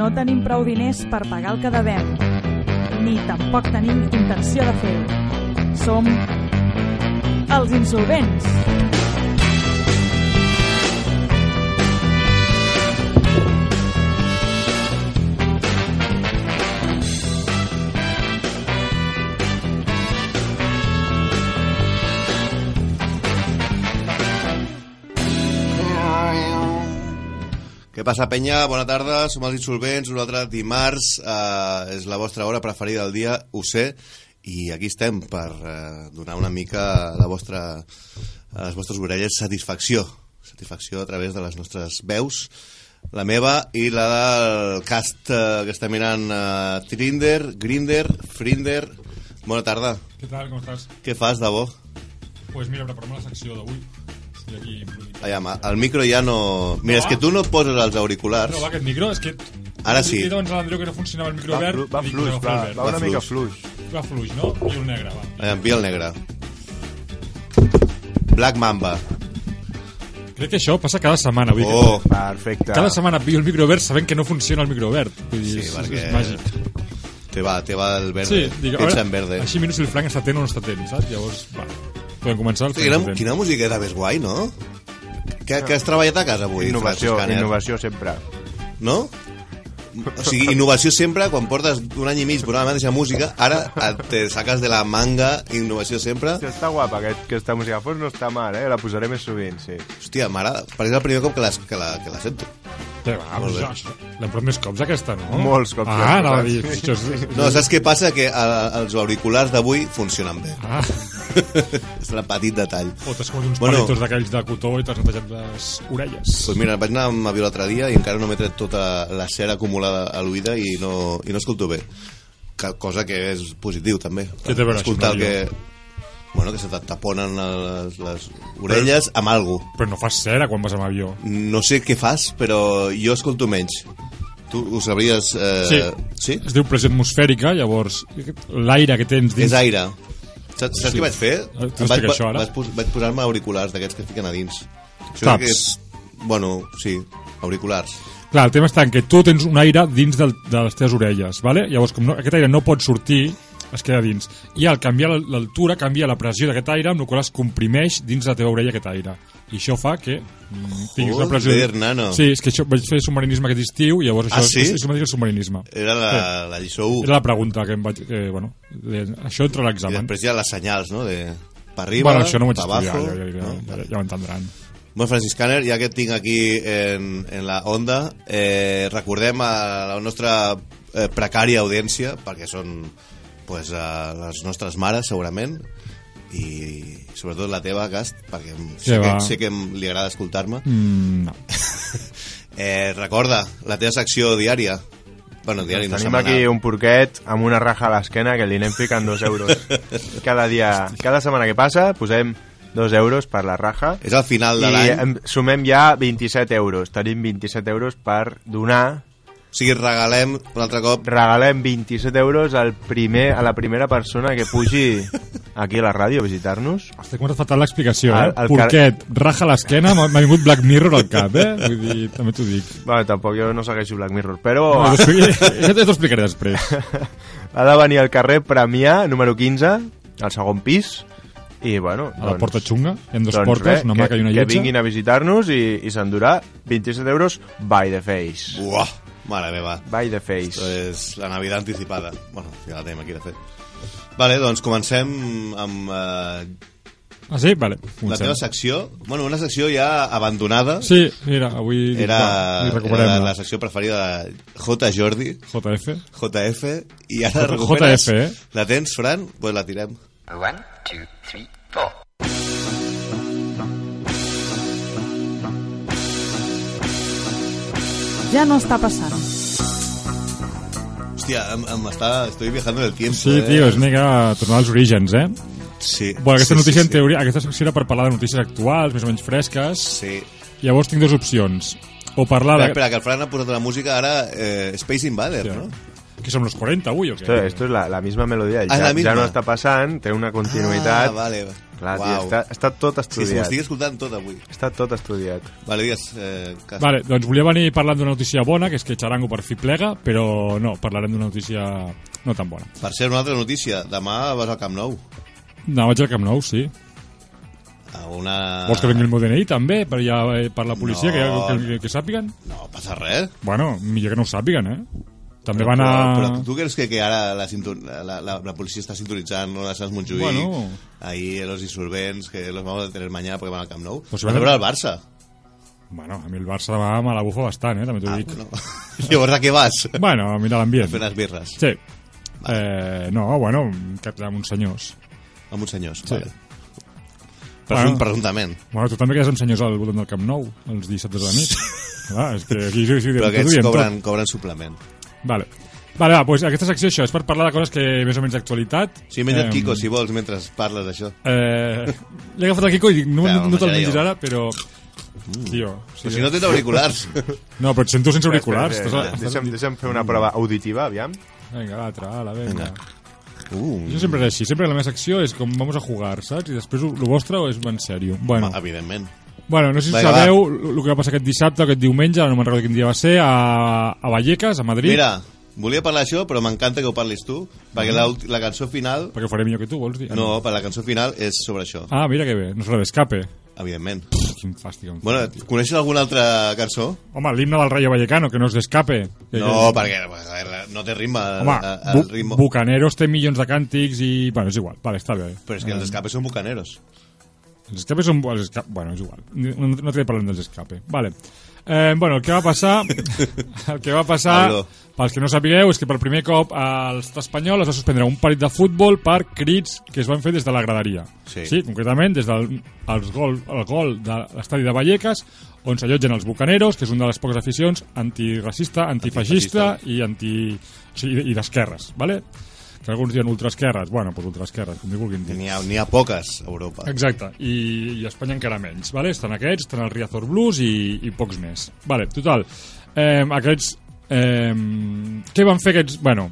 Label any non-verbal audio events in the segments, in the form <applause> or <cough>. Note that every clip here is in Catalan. No tenim prou diners per pagar el que devem, ni tampoc tenim intenció de fer-ho. Som els insolvents. Què passa, penya? Bona tarda, som els Insolvents, un altre dimarts, eh, és la vostra hora preferida del dia, ho sé, i aquí estem per eh, donar una mica a, la vostra, a les vostres orelles satisfacció, satisfacció a través de les nostres veus, la meva i la del cast eh, que està mirant eh, Trinder, Grinder, Frinder... Bona tarda, Què tal, com estàs? què fas, Davo? Doncs pues mira, preparem la secció d'avui. Estic aquí improvisant. Aviam, el micro ja no... Mira, és que tu no et poses els auriculars. No, va, aquest micro, és que... Ara sí. He dit abans a l'Andreu que no funcionava el micro Va, verd. flu- va i dic, fluix, agafa el va, va verd. una Va mica fluix. fluix. Va fluix, no? I el negre, va. Aviam, pia el negre. Black Mamba. Crec que això passa cada setmana. Vull dir que Oh, Perfecte. Cada setmana pio el micro verd sabent que no funciona el micro verd. Vull dir, Sí, és, perquè- és màgic. te va, te va el Sí, verde. dic, a Piensa veure, en verde. així miro si el Frank està atent o no està atent, saps? Llavors, va, podem començar el Hosti, Quina, Frank. quina musiqueta més guai, no? Que, que has treballat a casa avui, Innovació, Francis Caner, innovació sempre. No? O sigui, innovació sempre, quan portes un any i mig per la mateixa música, ara et- te saques de la manga innovació sempre. Sí, està guapa, aquest, aquesta música. Fos no està mal, eh? La posaré més sovint, sí. Hòstia, m'agrada. Perquè és el primer cop que, les, que, la, que la sento. Té, va, Molt bé. Ah, doncs això- això- L'hem provat més cops, aquesta, no? Molts cops, Ah, ja, anava a dir... total. Això és... No, saps què passa? Que eh, els auriculars d'avui funcionen bé. Ah, és un petit detall. o t'has comut uns Bueno. bueno. palitos d'aquells de cotó i t'has netejat les orelles. Pues mira, vaig anar amb avió l'altre dia i encara no m'he tret tota la cera acumulada a l'oïda i no, i no escolto bé. Que, cosa que és positiu, també. Què té a veure Escoltar això amb el que... Bueno, que se te taponen les, les orelles amb algú. Però no fas cera quan vas amb avió. No sé què fas, però jo escolto menys. Tu ho sabries... Eh... Sí. Sí? Es diu pressió atmosfèrica, llavors l'aire que tens dins... És aire. Saps, saps Sí. què vaig fer? Ah, t'ho Em vaig, explica això, ara? vaig, pos- vaig posar-me auriculars d'aquests que es fiquen a dins. Taps. que és... Bueno, sí, auriculars. Clar, el tema està en que tu tens un aire dins del, de les teves orelles, ¿vale? llavors com no, aquest aire no pot sortir, es queda dins. I al canviar l'al- l'altura, canvia la pressió d'aquest aire, amb la qual es comprimeix dins la teva orella aquest aire. I això fa que mm, tinguis una pressió... Joder, nano. Sí, és que això, vaig fer submarinisme aquest estiu, i llavors Ah, això sí? Uh. és, és, és submarinisme. Era la, la lliçó 1. Era la pregunta que em vaig... Eh, bueno, de, això entra a I l'examen. després hi ha les senyals, no? De... Per arriba, Bueno, això no ho vaig pa estudiar, abajo, ja, ja, ja, no? ja, ja m'entendran. Bueno, Francis Caner, ja que et tinc aquí en, en la onda, eh, recordem a la nostra eh, precària audiència, perquè són pues, a les nostres mares, segurament, i sobretot la teva, Gast, perquè em- sé que, va. sé que em- li agrada escoltar-me. Mm, no. Eh, recorda, la teva secció diària. Bueno, diari, no Doncs Tenim setmanal. aquí un porquet amb una raja a l'esquena que li anem ficant dos euros. <laughs> Cada dia, cada setmana que passa, posem dos euros per la raja És el final de i l'any. em- sumem ja 27 euros. Tenim 27 euros per donar. O sigui, regalem un altre cop Regalem 27 euros al primer, a la primera persona que <laughs> pugi aquí a la ràdio a visitar-nos. Hosti, com has fatal l'explicació, eh? El- el Porquet, raja l'esquena, m'ha m'ha vingut Black Mirror al cap, eh? Vull dir, també t'ho dic. Bueno, tampoc jo no segueixo Black Mirror, però... Oh. No, això ja t'ho explicaré després. Ha de venir al carrer Premià, número 15, al segon pis, i bueno... doncs, A la Doncs- porta xunga, hi ha dos portes, res, una que- maca i una Que vinguin lletja. a visitar-nos i, i s'endurà 27 euros by the face. Uah, mare meva. By the face. Esto és la Navidad anticipada. Bueno, ja la tenim aquí, de fet. Vale, doncs comencem amb eh, Ah, sí? Vale, la comencem. teva secció. Bueno, una secció ja abandonada. Sí, mira, avui... dic, va, Era, li era la, recuperem la la secció preferida de J. Jordi, JF. JF, i ara la recuperes. JF, eh? La tens, Fran? Doncs pues la tirem. One, two, three, four. Ja no està passant. Hòstia, em, em està... Estoy viajando en el tiempo. Sí, eh? tio, es nega a tornar als orígens, eh? Sí. Bueno, aquesta sí, notícia, sí, en teoria, aquesta secció era per parlar de notícies actuals, més o menys fresques. Sí. sí. Llavors tinc dues opcions. O parlar Espera, de... espera, que el Fran ha posat la música ara eh, Space Invader, Hòstia. no? Que som los 40 avui, o què? Esto, esto es la, la misma melodía. del Ah, ja, la misma. ja no està passant, té una continuïtat. Ah, vale. Clar, wow. Uau. tio, està, està tot Sí, sí, m'ho estudiat. estic escoltant tot avui. Està tot estudiat. Vale, digues, eh, que... Vale, doncs volia venir parlant d'una notícia bona, que és que Charango per fi plega, però no, parlarem d'una notícia no tan bona. Per ser una altra notícia, demà vas al Camp Nou. No, vaig al Camp Nou, sí. A una... Vols que vengui el meu DNI també, per, ja, eh, per la policia, Ah. No. que, que, que, que sàpiguen? No passa res. Bueno, millor que no ho sàpiguen, eh? També van a... Però, però tu creus que, que ara la, sinton- la, la, la policia està sintonitzant no, la Sants Montjuïc, Bueno. ahir eh, los insolvents, que los vamos a tener mañana porque van al Camp Nou? Però si a van a- veure el Barça. Bueno, a mi el Barça demà me la bufa bastant, eh? També t'ho Ah, dic. <laughs> no. Llavors a què vas? Bueno, mira l'ambient. Fent les birres. Sí. Eh, no, bueno, que amb uns senyors. Amb uns senyors. Sí. Vale. Presum, Bueno. presumptament. Bueno, tu també quedes amb senyors al voltant del Camp Nou, els dissabtes de la nit. Clar, és que aquí sí, sí, Però tot ho aquests diem cobren, cobren suplement. tot. Vale. Vale, va, doncs aquesta secció això, és per parlar de coses que més o menys d'actualitat. Sí, menja't Em, Kiko, si vols, mentre parles d'això. Eh, L'he agafat el Kiko i dic, no, Espera, no, no te'l menjaré mengis jo. Mm. ara, però... Tio, sí, Però si no tens <laughs> auriculars. no, però et sento sense auriculars. Espera, Espera, espera, Deixa'm, deixa'm fer una prova auditiva, aviam. Vinga, va, trala, vinga. Vinga. Uh, Jo sempre és així, sempre la meva secció és com vamos a jugar, saps? I després lo vostre és en sèrio. Bueno, evidentment. Bueno, no sé si Vinga, sabeu el que va passar aquest dissabte, aquest diumenge, no me'n recordo quin dia va ser, a, a Vallecas, a Madrid. Mira, volia parlar d'això, però m'encanta que ho parlis tu, perquè la, ulti- la cançó final... Perquè ho faré millor que tu, vols dir? No, per la cançó final és sobre això, Ah, mira que bé, no serà d'escape. evidentment. Quin fàstic. Em... Bueno, coneixes alguna altra cançó? Home, l'himne del Rayo Vallecano, que no és d'escape. Que- No, que- perquè a veure, no té ritme el, Home, el Bu- ritme. Bucaneros té milions de càntics i... Bueno, és igual, vale, està bé. Però és que els escapes són bucaneros. Els escapes són... Els esca... Bueno, és igual. No, no t'he parlant dels escape. Vale. Eh, bueno, el que va passar... el que va passar... Pablo. Pels que no sapigueu, és que per primer cop eh, l'estat espanyol es va suspendre un partit de futbol per crits que es van fer des de la graderia. Sí. sí concretament des del els gol, el gol de l'estadi de Vallecas, on s'allotgen els bucaneros, que és una de les poques aficions antiracista, antifeixista i anti... O sigui, i d'esquerres, vale? que alguns diuen ultraesquerres, bueno, doncs ultraesquerres, com hi vulguin dir. N'hi ha, n'hi ha poques a Europa. Exacte, i, i a Espanya encara menys. Vale? Estan aquests, estan el Riazor Blues i, i pocs més. Vale, total, eh, aquests... Eh, què van fer aquests... Bueno,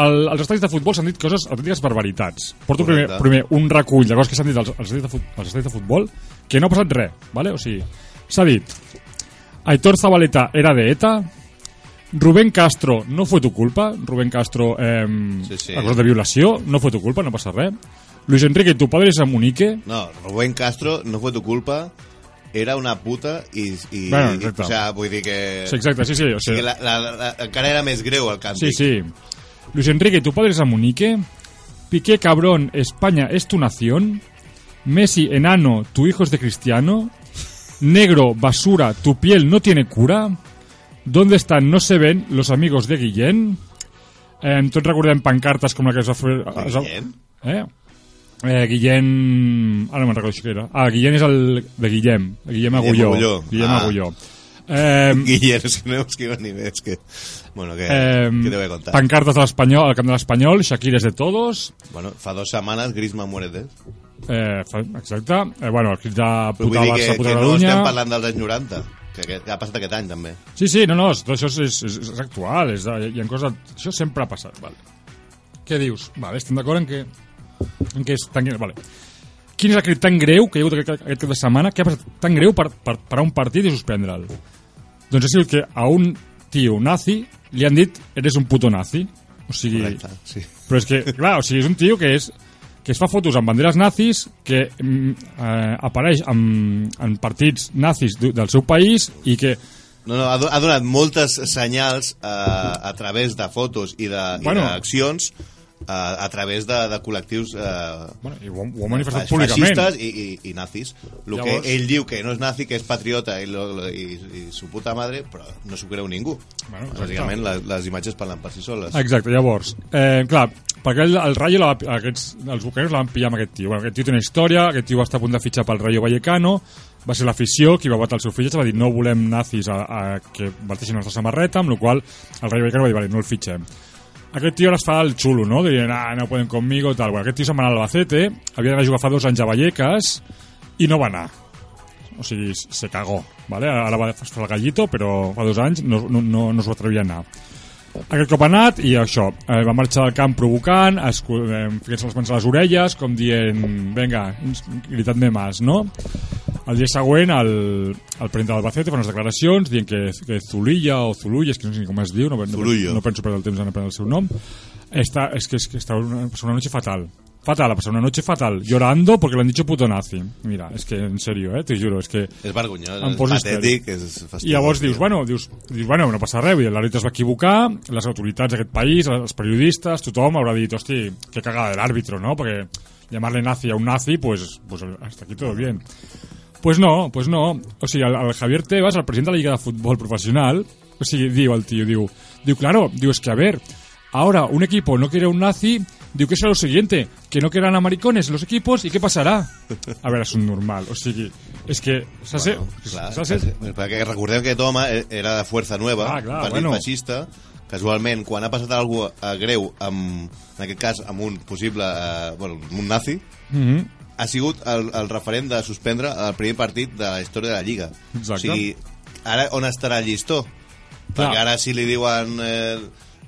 el, els estadis de futbol s'han dit coses autèntiques barbaritats. Porto primer, Correcte. primer un recull de coses que s'han dit als, als, estadis de fut, als estadis de futbol que no ha passat res, vale? o sigui, s'ha dit Aitor Zabaleta era de ETA, Rubén Castro, no fue tu culpa. Rubén Castro, eh, Sí, sí. acusat de violació, no fue tu culpa, no passa res. Luis Enrique, tu padre es amunique. No, Rubén Castro, no fue tu culpa, era una puta i... i, Bueno, i exacte. o sea, vull dir que... Sí, exacte, sí, sí. O que sigui, la, la, la, encara era més greu el canvi. sí, sí. Luis Enrique, tu padre es amunique. Piqué, cabrón, España es tu nación. Messi, enano, tu hijo es de cristiano. Negro, basura, tu piel no tiene cura. ¿Dónde están? No se ven los amigos de Guillén. Eh, tots recordem pancartes com la que es va fer... es va- Guillén? Eh? Eh, Guillem... Ara no me'n recordo això que era. Ah, Guillem és el de Guillem. Guillem Agulló. Agulló. Guillem Ah. Agulló. Eh, Guillermo, es que no hemos ido ni ver, es que... Bueno, ¿qué, Em, ¿qué te voy a contar? Pancartes de l'Espanyol, al camp de l'Espanyol, Shakira és de todos. Bueno, fa dos setmanes Griezmann muere de... Eh, fa- exacte. Eh, bueno, el crit de Però vull puta dir Barça, que, puta que no Catalunya... estem parlant dels anys 90, que, que, ha passat aquest any, també. Sí, sí, no, no, tot això és, és, és, és actual, és, de- hi ha coses... Això sempre ha passat, vale. Què dius? Vale, estem d'acord en que, en que és tan greu, vale. Quin és el crit tan greu que hi ha hagut aquest, aquest cap de setmana? Què ha passat tan greu per, per parar un partit i suspendre'l? Doncs és el que a un tio nazi li han dit eres un puto nazi. O sigui, Correcte, sí. Però és que, clar, o sigui, és un tio que és que es fa fotos amb banderes nazis, que mm, eh, apareix en, en partits nazis du- del seu país i que... No, no, ha, do- ha donat moltes senyals eh, a través de fotos i de- i Bueno. d'accions eh, a través de, de col·lectius eh, Bueno, i ho, ho ha manifestat públicament. feixistes i, i, i nazis. El que Llavors- ell diu que no és nazi, que és patriota i, lo, lo, i, i su puta madre, però no s'ho creu ningú. Bueno, exacte. Bàsicament, les, les imatges parlen per si soles. Exacte, llavors, eh, clar, perquè el, el Rayo, la, va pi- aquests, els bucaneros la van pillar amb aquest tio. Bueno, aquest tio té una història, aquest tio va estar a punt de fitxar pel Rayo Vallecano, va ser l'afició qui va votar el seu fill, va dir no volem nazis a, a que verteixin la nostra samarreta, amb la qual cosa el Rayo Vallecano va dir vale, no el fitxem. Aquest tio ara es fa el xulo, no? Dient, ah, no pueden conmigo, tal. Bueno, aquest tio se'n va anar a l'Albacete, havia d'anar a jugar fa dos anys a Vallecas i no va anar. O sigui, se cagó, ¿vale? Ara va fer el gallito, però fa dos anys no, no, no, no es va atrevir a anar. Aquest cop ha anat i això, eh, va marxar del camp provocant, es- eh, ficant-se les mans a les orelles, com dient, venga, gritadme més, no? El dia següent, el, el president del Bacete fa unes declaracions dient que, que Zulilla o Zululla, és que no sé ni com es diu, no, no, Zulullo. no penso perdre el temps en aprendre el seu nom, està, és que, és que està una, passa una noche fatal. Fatal, ha pasado una noche fatal, llorando porque le han dicho puto nazi. Mira, es que en serio, eh, te juro, es que És vergonyós, Em és poso patètic, és fastidiós. i llavors dius, bueno, dius, dius, bueno, no passa res, vull dir, l'àrbitre es va equivocar, les autoritats d'aquest país, els periodistes, tothom haurà dit, hosti, que cagada l'àrbitre, no? Perquè llamar-le nazi a un nazi, pues, pues hasta aquí todo bien. Pues no, pues no. O sigui, el, el Javier Tebas, el president de la Lliga de Futbol Professional, o sigui, diu el tio, diu, diu, claro, diu, es que a ver, ahora un equipo no quiere un nazi, diu que será lo siguiente, que no quieran a maricones los equipos, ¿y qué pasará? A veure, és un normal, o sigui, és que s'ha bueno, Clar, s'ha set... perquè- perquè recordem que aquest home eh, era de Fuerza Nueva, Ah, clar, un partit bueno. feixista, casualment, quan ha passat alguna cosa eh, greu, amb, en aquest cas amb un possible, eh, bueno, un nazi, Mm -hmm. ha sigut el, el referent de suspendre el primer partit de la història de la Lliga. Exacte. O sigui, ara on estarà el llistó? Perquè ara si li diuen eh,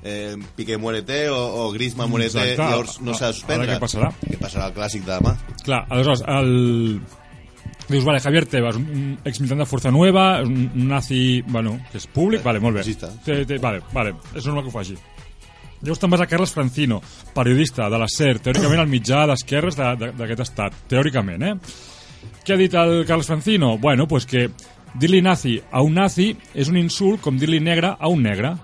eh, Piqué muérete o, o Griezmann muérete, Exacte. llavors no s'ha de suspendre. Ara què passarà? Què passarà al clàssic de demà? Clar, aleshores, el... Dius, vale, Javier Tebas, un- un exmilitant de Força Nueva, un un nazi, bueno, que és públic, vale, molt bé. Fascista. Té, té, vale, vale, és normal que ho faci. Llavors te'n vas a Carles Francino, periodista de la SER, teòricament el mitjà d'esquerres de- de- d'aquest estat, teòricament, eh? Què ha dit el Carles Francino? Bueno, pues que dir-li nazi a un nazi és un insult com dir-li negre a un negre.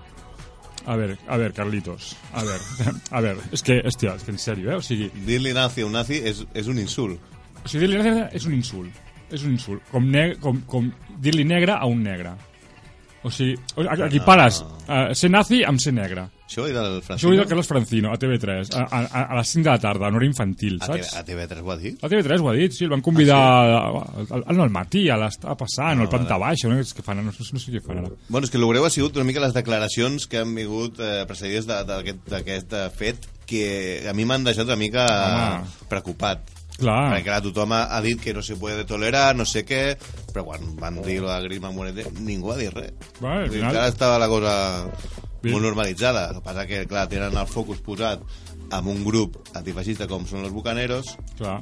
A veure, a veure, Carlitos, a veure, <laughs> a veure, és que, hòstia, és que en sèrio, eh? O sigui, Dir-li nazi a un nazi és, és un insult. o sigui, dir-li negre és un insult. És un insult. Com, ne com, com dir-li negre a un negre. O sigui, o- a- aquí pares uh, ser nazi amb ser negre. Això ho ha dit el Francino? Això ho diu el Carles Francino, a TV3, a, a, a les 5 de la tarda, en hora infantil, A, saps? TV, a TV3 ho ha dit? A TV3 ho ha dit, sí, el van convidar ah, sí? Ah, al, al, no, al matí, a l'està passant, no, al planta baixa, no, és que fan, no, no sé què fan ara. Bueno, és que el greu ha sigut una mica les declaracions que han vingut eh, precedides de- d'aquest d'aquest, eh, fet que a mi m'han deixat una mica Home. eh, preocupat. Clar. Perquè clar, tothom ha, ha dit que no se puede tolerar, no sé què, però quan van dir la grima morete, ningú va dir res. Bueno, al Vull dir, final- Encara estava la cosa Bé. molt normalitzada. El que passa que, clar, tenen el focus posat en un grup antifeixista com són els bucaneros, Clar.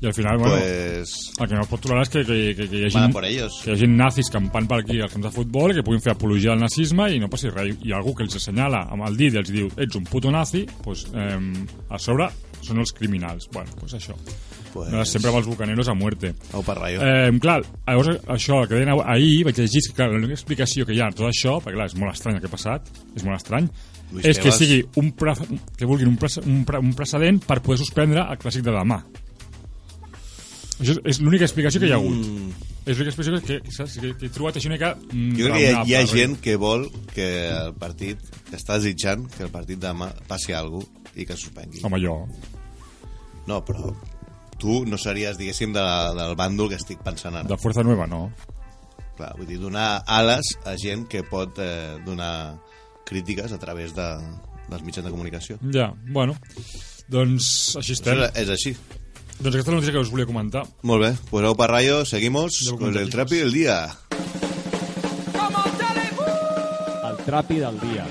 I al final, bueno... pues... El que no es pot tolerar és que, que, que, que hi hagi, Van a por ellos. que hi hagi nazis campant per aquí als camps de futbol i que puguin fer apologia al nazisme i no passi res. I algú que els assenyala amb el dit i els diu ets un puto nazi, doncs, eh, a sobre són els criminals. Bueno, doncs això. Pues- Pues... Sempre amb els bucaneros a muerte. Au per rayo. Eh... Eh, clar, llavors això que deien ahu- ahir, vaig llegir que clar, l'única explicació que hi ha a tot això, perquè clar, és molt estrany el que ha passat, és molt estrany, Luis és que Tebas. sigui un pre que vulguin un, pre un, pre un precedent per poder suspendre el clàssic de demà. Això és, és l'única explicació que hi ha hagut. És l'única explicació que, que, saps, que, que he trobat així una mica... Mm, Mm. Jo crec que hi ha, hi ha raonable. gent que vol que el partit, que està desitjant que el partit demà passi alguna cosa i que suspengui. Home, jo... No, però tu no series, diguéssim, de, del bàndol que estic pensant ara. De Fuerza Nueva, no. Clar, vull dir, donar ales a gent que pot eh, donar crítiques a través de, dels mitjans de comunicació. Ja, bueno. Doncs així Això estem. és, és així. Doncs aquesta és la notícia que us volia comentar. Molt bé, pues au per rayo, seguimos Deu con el minutitos. trapi del dia. El trapi del dia.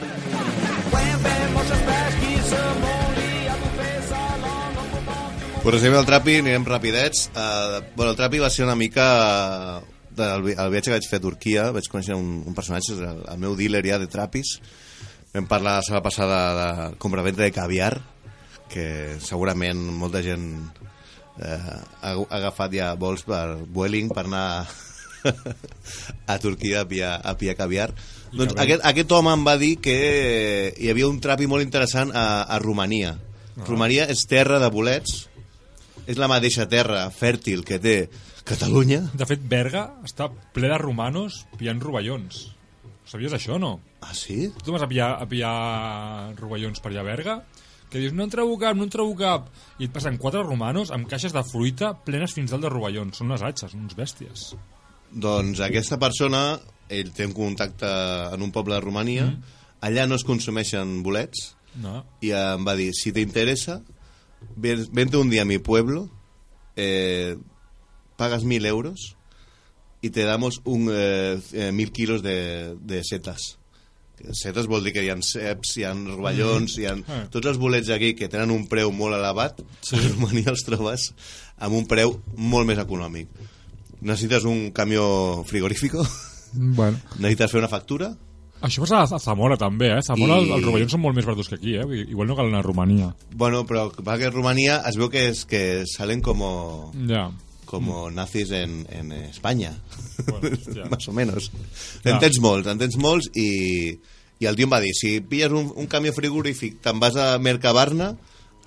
Pues recibim el trapi, anirem rapidets. Uh, bueno, el trapi va ser una mica... eh, Del, vi- el viatge que vaig fer a Turquia, vaig conèixer un, un personatge, el, el meu dealer ja de trapis. Vam parlar la setmana passada de compra-venta de caviar, que segurament molta gent eh, ha, ha agafat ja vols per Vueling per anar <laughs> a Turquia a pillar, a pillar caviar. Doncs caviar. aquest, aquest home em va dir que hi havia un trapi molt interessant a, a Romania. Romania és terra de bolets, és la mateixa terra fèrtil que té Catalunya. De fet, Berga està ple de romanos pillant rovellons. Sabies això o no? Ah, sí? Tu vas a pillar, a pillar rovellons per allà a Berga que dius, no en trobo cap, no en trobo cap i et passen quatre romanos amb caixes de fruita plenes fins dalt de rovellons, són unes atxes uns bèsties, Doncs aquesta persona, ell té un contacte en un poble de Romania, allà no es consumeixen bolets, no? y em va dir, si te interesa, ven- vente un día a mi pueblo, eh, pagas mil euros y te damos un, eh, eh, mil kilos de, de setas. Setes vol dir que hi ha ceps, hi ha rovellons, hi ha... Tots els bolets aquí que tenen un preu molt elevat, <laughs> sí. a Romania els trobes amb un preu molt més econòmic. Necessites un camió frigorífico, <laughs> Bueno. necessites fer una factura, Això passa a- a Zamora també, eh? A Zamora I- I... els rovellons són molt més baratos que aquí, eh? Vull dir, Igual no cal anar a Romania. bueno, però va que Rumanía es veu que, es, que salen como... Ja. como Mm. nazis en, en España. Bueno, <laughs> hòstia. Más o menos. Clar. En tens molts, en tens molts i, i el tio em va dir, si pilles un, un camió frigorífic, te'n vas a Mercabarna,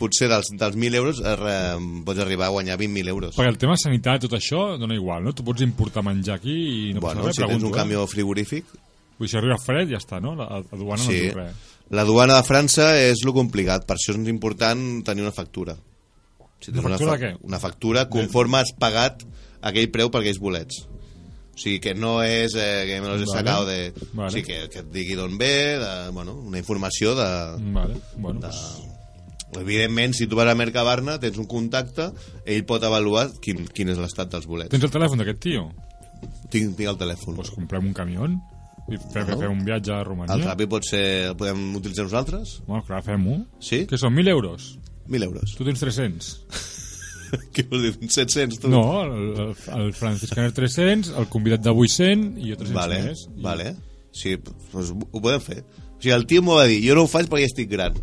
potser dels, dels 1.000 euros eh, re- pots arribar a guanyar 20.000 euros. Perquè el tema sanitat, tot això, dona igual, no? Tu pots importar menjar aquí i no bueno, passa res, si tens pregunto, un eh? camió frigorífic, Vull dir, si arriba fred, ja està, no? La, la aduana Ah, no sí. diu res. La duana de França és lo complicat, per això és important tenir una factura. Si tens Una factura fa- de què? Una factura conforme has pagat aquell preu per aquells bolets. O sigui, que no és eh, que me los he Vale. sacado de... Vale. O sigui, que, que et digui d'on ve, de, bueno, una informació de... Vale, bueno, de... doncs... Evidentment, si tu vas a Mercabarna, tens un contacte, ell pot avaluar quin, quin és l'estat dels bolets. Tens el telèfon d'aquest tio? Tinc, tinc el telèfon. Doncs comprem un camió i fem, fem un viatge a Romania. El ràpid pot ser... El podem utilitzar nosaltres? Bueno, clar, fem-ho. Sí? Que són 1.000 euros. 1.000 euros. <laughs> Tu tens 300. Què vols dir? 700, tu? No, el, el- el Francisc Caner 300, el convidat de 800 i jo 300 vale, més. I- Vale. Sí, doncs ho podem fer. O sigui, el tio m'ho va dir, jo no ho faig perquè estic gran.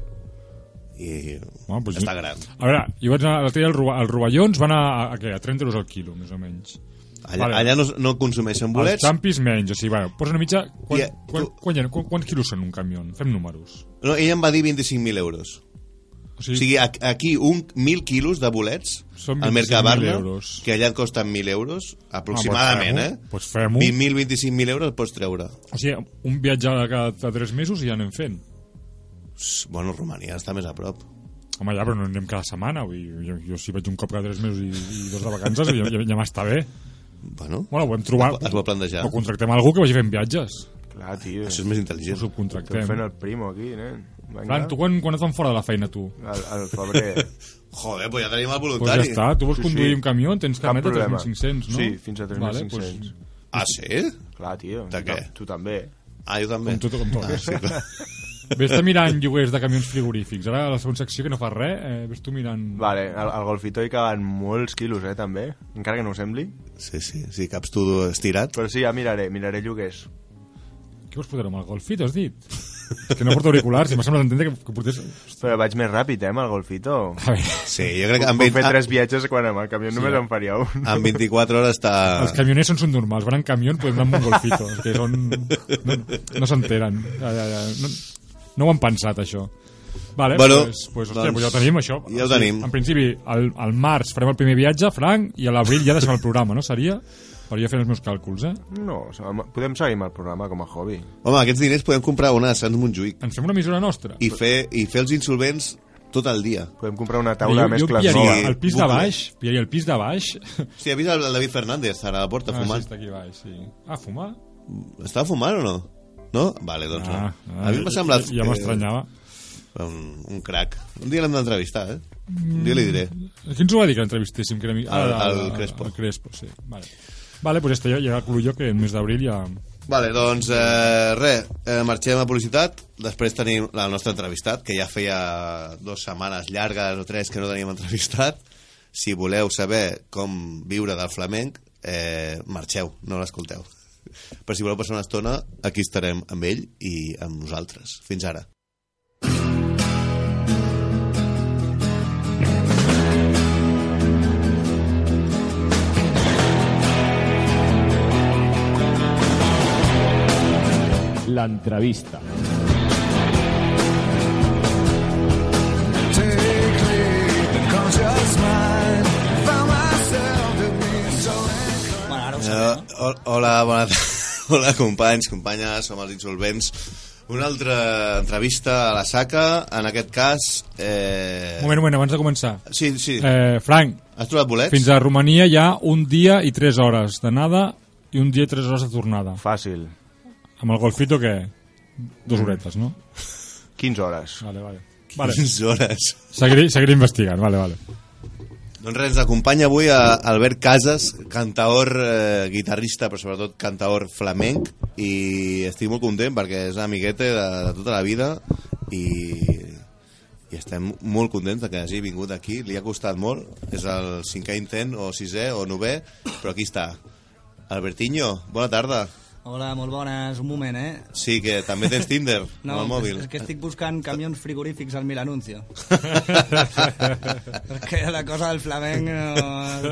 I Bueno, doncs està jo- gran. A veure, jo vaig anar l'altre dia al Rova- als Rovellons, van a, a, a, què? a 30 euros al quilo, més o menys. Allà, Vale. allà no, no consumeixen bolets. Els xampis menys, o sigui, bueno, posa una mitja... Quan, I, eh, quan, tu- quan, quan, quants quilos són un camió? Fem números. No, ell em va dir 25.000 euros. O O sigui, sigui, a- aquí un 1.000 quilos de bolets Són al 25.000 Mercabarna, euros. que allà et costen 1.000 euros, aproximadament, Ah, eh? doncs fem-ho. Doncs fem-ho. 20.000, 25.000 euros els pots treure. o sigui, un viatge de cada de 3 mesos i ja anem fent. Ps, Bueno, Romania està més a prop. Home, ja, però no anem cada setmana. Vull, dir, jo, jo, si vaig un cop cada 3 mesos i, i dos de vacances, ja, ja, ja m'està bé. Bueno, Bueno, ho hem trobat. Es pot plantejar. O contractem algú que vagi fent viatges. Clar, tio. això és més Ho intel·ligent. Estem subcontractem. fent el primo aquí, nen. Vinga. Fran, tu quan, quan et fan fora de la feina, tu? Al, al <laughs> febrer. Joder, pues ja tenim el Doncs pues ja voluntari. està, tu vols Sí, conduir sí. un camió, tens Cap carnet de problema. 3.500, no? Sí, fins a 3.500. Vale, doncs, Ah, sí? Clar, tio. De tu què? ta- Tu també. Ah, jo també. com tot, com tot. Ah, sí, clar. Ves-te mirant lloguers de camions frigorífics. Ara, a la segona secció, que no fa res, eh, ves tu mirant... Vale, al, al golfito hi caben molts quilos, eh, també. Encara que no ho sembli. <laughs> Sí, sí, sí, caps tu estirat. Però sí, ja miraré, miraré lloguers. Què vols portar amb el golfit, has dit? És que no porto auriculars, i m'ha semblat entendre que, que portés... Però vaig més ràpid, eh, amb el golfito. A veure, Sí, jo crec que Puc amb, ah. fer tres 20, viatges quan amb el camió només em faria un. amb 24 hores està... els camioners són, són normals, van en camió, podem anar amb un golfito, és que són... No, no s'enteren. Ja, ja, ja. No, no ho han pensat, això. Vale, Bueno, pues, pues, doncs, hòstia, doncs, pues ja ho tenim, això. ja ho O sigui, tenim. En principi, al, al març farem el primer viatge, Frank, i a l'abril ja deixem el programa, no? Seria? Per jo fer els meus càlculs, eh? No, o sigui, podem seguir amb el programa com a hobby. Home, aquests diners podem comprar una de Sants Montjuïc Ens fem una emissora nostra. i fer, i fer els insolvents tot el dia. Podem comprar una taula jo, de jo mescles pillaria nova. nova. el pis de Bucle. baix, pillaria el pis de baix... Hòstia, ha vist el David Fernández ara a la porta Ah, sí, fumant? està aquí baix, sí. Ah, fumar? Estava fumant o no? No? Vale, doncs no. Ah, ah, a mi m'ha semblat... Ja, ja m'estranyava. eh, Un, un crac. Un dia l'hem d'entrevistar, eh? Un dia li diré. Qui ens ho va dir que l'entrevistéssim? Que era mi- Al- Ah, al Crespo. Al Crespo, sí. Vale, vale pues esto ja, ja concluï jo que el mes d'abril ja... Vale, doncs eh, res, eh, marxem a publicitat, després tenim la nostra entrevistat, que ja feia dues setmanes llargues o tres que no teníem entrevistat. Si voleu saber com viure del flamenc, eh, marxeu, no l'escolteu. Però si voleu passar una estona, aquí estarem amb ell i amb nosaltres. Fins ara. L'entrevista. Eh, hol- hola, bona tarda. <laughs> Hola, companys, companyes, som els insolvents. Una altra entrevista a la saca, en aquest cas... Eh... Un moment, un moment, abans de començar. Sí, sí. Eh, Frank, Has trobat bolets? <laughs> fins a Romania hi ha un dia i tres hores d'anada i un dia i tres hores de tornada. Fàcil. Amb el golfito, què? Dos horetes, no? 15 hores. Vale, vale. Vale, 15 hores. seguiré, seguiré investigant, vale, vale. Doncs res, ens acompanya avui a Albert Casas, cantaor, eh, guitarrista, però sobretot cantaor flamenc, i estic molt content perquè és un amiguete de, de tota la vida i, i estem molt contents de que hagi vingut aquí. Li ha costat molt, és el cinquè intent, o sisè, o novè, però aquí està. Albertinho, bona tarda. Hola, molt bones. Un moment, eh? Sí, que també tens Tinder, no, amb el mòbil. És, és que estic buscant camions frigorífics al Milanuncio. Perquè la cosa del flamenc... eh, No,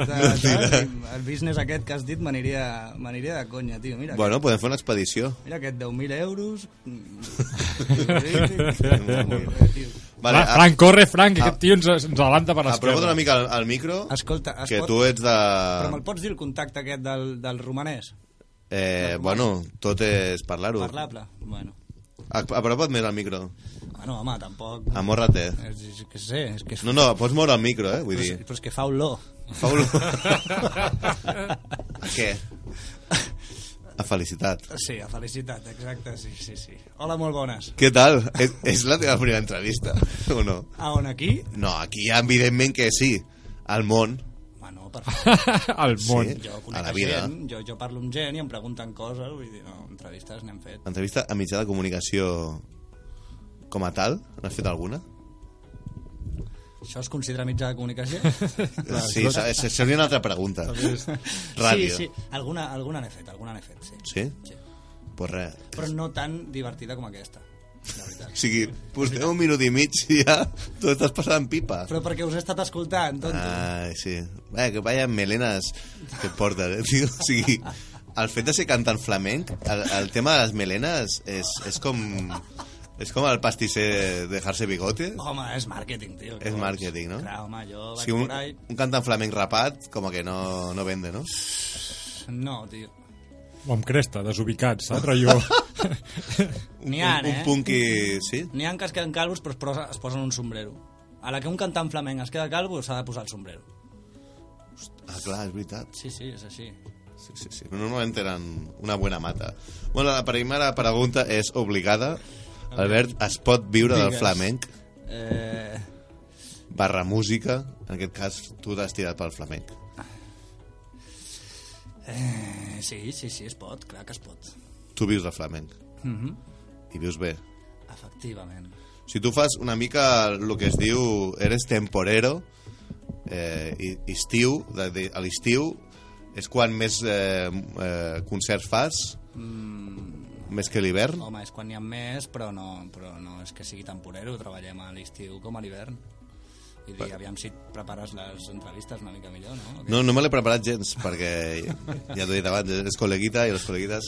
No tira. el business aquest que has dit m'aniria m'aniria de conya, tio. Mira, <laughs> Bueno, podem fer una expedició. aquest, mira aquest 10.000 euros... <laughs> mm, frigorífics, molt bé, tio. Vale, a- Frank, corre, Frank, que ah. aquest tio ens, ens adelanta per Apropa't l'esquerra. Ah, una mica al, al micro, Escolta, es que pot- tu ets Però de... me'l pots dir el contacte aquest del, del romanès? Eh, bueno, tot és parlar-ho. Ah, Parlable? Bueno. A- Apropa't més al micro. Bueno, home, tampoc... Amorra-te. És, és, que sé, és que és... No, no, pots moure el micro, eh? Vull però, és, dir... però és que fa <laughs> olor. Paulo... A què? A felicitat. Sí, a felicitat, exacte, sí, sí, sí. Hola, molt bones. Què tal? És, és la teva primera entrevista, o no? A on, aquí? No, aquí ja evidentment que sí. Al món. Bueno, per favor. <laughs> Al món. Sí. Jo <laughs> A conec la vida. gent, jo, jo parlo amb gent i em pregunten coses, vull dir, no, entrevistes n'hem fet. Entrevista a mitjà de comunicació com a tal? N'has fet alguna? Això es considera mitjà de <laughs> comunicació? Sí, se- se- seria una altra pregunta. Ràdio. Sí, sí, alguna, alguna n'he fet, alguna n'he fet, sí. Sí? sí. Pues res. Però no tan divertida com aquesta, la O veritat. sigui, portem un minut i mig i ja tu estàs passant pipa. Però perquè us he estat escoltant, tonto. Ai, sí. Vaya, que vaya melenes que et portes, eh, tio? O sigui, el fet de ser cantant flamenc, el, el tema de les melenes és, és com... És com el pastisser dejar-se bigote. Home, és màrqueting, tio. què És vols? màrqueting, no? Clar, home, jo O vaig sigui, por un, ahí... un cantant flamenc rapat, com que no, no vende, no? No, tio. O amb cresta, desubicat, saps? Rollo... <laughs> N'hi ha, un, eh? un punky, sí? N'hi ha que es queden calvos però es, posa, es posen un sombrero. A la que un cantant flamenc es queda calvo s'ha de posar el sombrero. Ah, clar, és veritat. Sí, sí, és així. Sí, sí, sí. Normalment tenen una bona mata. Bueno, la primera pregunta és obligada. Albert, es pot viure del Digues. flamenc? Eh, barra música, en aquest cas tu t'has tirat pel flamenc. eh, sí, sí, sí, es pot, clar que es pot. Tu vius de flamenc Mm -hmm. i vius bé. Efectivament. Si tu fas una mica el que es diu eres temporero, eh, i, estiu, de, de, a l'estiu és quan més eh, eh, concerts fas, mm. més que l'hivern. Home, és quan n'hi ha més, però no, però no és que sigui temporero, treballem a l'estiu com a l'hivern. Vull dir, aviam si et prepares les entrevistes una mica millor, no? O què? No, no me l'he preparat gens, perquè ja t'ho he dit abans, és col·leguita i els col·leguitas